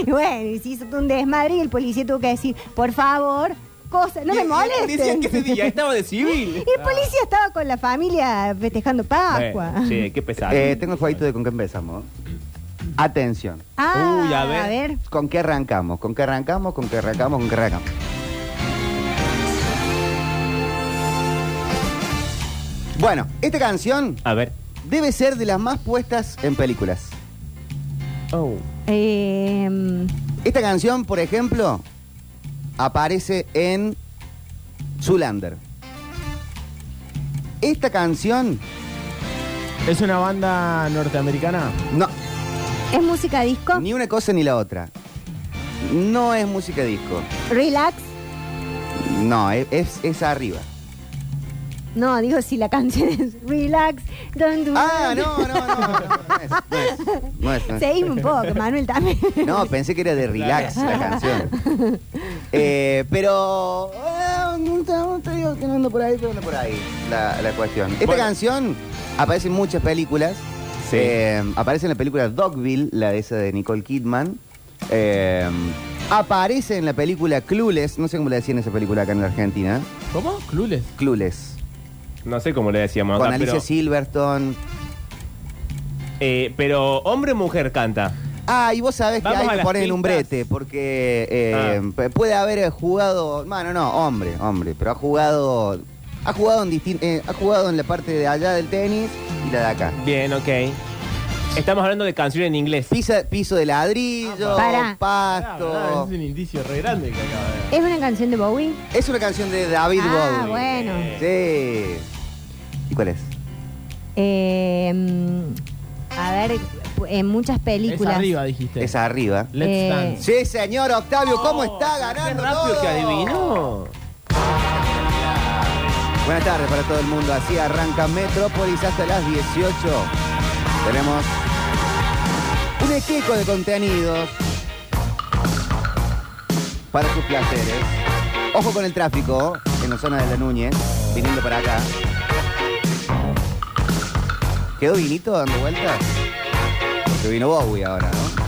Speaker 2: y bueno, y se hizo todo un desmadre y el policía tuvo que decir, por favor, cosa, no
Speaker 1: Y-
Speaker 2: me
Speaker 1: y-
Speaker 2: molesten.
Speaker 1: Decían que ese día estaba de
Speaker 2: *laughs*
Speaker 1: civil.
Speaker 2: Y el policía estaba con la familia festejando Pascua.
Speaker 1: Bueno, che, qué pesado.
Speaker 5: Eh, tengo el jueguito de con qué empezamos. Atención.
Speaker 2: *laughs* Ah,
Speaker 1: Uy,
Speaker 2: a
Speaker 1: a
Speaker 2: ver.
Speaker 1: ver.
Speaker 5: ¿Con qué arrancamos? ¿Con qué arrancamos? ¿Con qué arrancamos? ¿Con qué arrancamos? Bueno, esta canción
Speaker 1: A ver.
Speaker 5: debe ser de las más puestas en películas. Oh.
Speaker 2: Eh,
Speaker 5: Esta canción, por ejemplo, aparece en Zulander. Esta canción,
Speaker 4: ¿Es una banda norteamericana?
Speaker 5: no,
Speaker 2: ¿Es música disco?
Speaker 5: ni una cosa ni la otra. No es música disco.
Speaker 2: ¿Relax?
Speaker 5: No, es, es- es arriba.
Speaker 2: No, digo si la canción es Relax. Don't do that.
Speaker 5: Ah, no, no, no. No, no es, no es, no es, no es.
Speaker 2: Seguime un poco, Manuel también.
Speaker 5: No, pensé que era de relax la canción. Eh, pero. eh, no te- no te digo que no ando por ahí, pero ando por ahí la, la cuestión. Esta
Speaker 1: Bueno.
Speaker 5: canción aparece en muchas películas.
Speaker 1: Sí.
Speaker 5: Eh, aparece en la película Dogville, la de esa de Nicole Kidman. Eh, aparece en la película Clueless. No sé cómo le decían esa película acá en la Argentina.
Speaker 4: ¿Cómo? Clules.
Speaker 5: Clueless.
Speaker 1: No sé cómo le decíamos
Speaker 5: Con
Speaker 1: acá,
Speaker 5: Alicia
Speaker 1: pero,
Speaker 5: Silverstone.
Speaker 1: eh, pero hombre o mujer canta.
Speaker 5: Ah, y vos sabés que
Speaker 1: Vamos
Speaker 5: hay
Speaker 1: a
Speaker 5: que
Speaker 1: las
Speaker 5: poner en un
Speaker 1: pistas.
Speaker 5: brete, porque eh,
Speaker 1: Ah.
Speaker 5: p- puede haber jugado. Bueno, no, hombre, hombre, pero ha jugado. Ha jugado en distin- eh, ha jugado en la parte de allá del tenis y la de acá.
Speaker 1: Bien, ok. Estamos hablando de canciones en inglés.
Speaker 5: Pisa- piso de ladrillo,
Speaker 2: Ah, Pará.
Speaker 5: pasto.
Speaker 4: Ah, es un indicio re grande que acaba de
Speaker 2: ¿Es una canción de Bowie?
Speaker 5: Es una canción de David
Speaker 2: ah,
Speaker 5: Bowie.
Speaker 2: bueno.
Speaker 5: Sí. ¿Y cuál es?
Speaker 2: Eh, mm, a ver, en muchas películas.
Speaker 4: Es arriba, dijiste.
Speaker 5: Es arriba.
Speaker 4: Let's
Speaker 2: Eh,
Speaker 4: Dance.
Speaker 5: Sí, señor Octavio, ¿cómo está
Speaker 1: Qué
Speaker 5: ganando?
Speaker 1: rápido
Speaker 5: todo?
Speaker 1: que adivinó.
Speaker 5: Buenas tardes para todo el mundo. Así arranca Metrópolis hasta las 18. Tenemos un equipo de contenidos para sus placeres. Ojo con el tráfico en la zona de la Núñez, viniendo para acá. ¿Quedó vinito dando vueltas? Porque vino Bowie ahora, ¿no?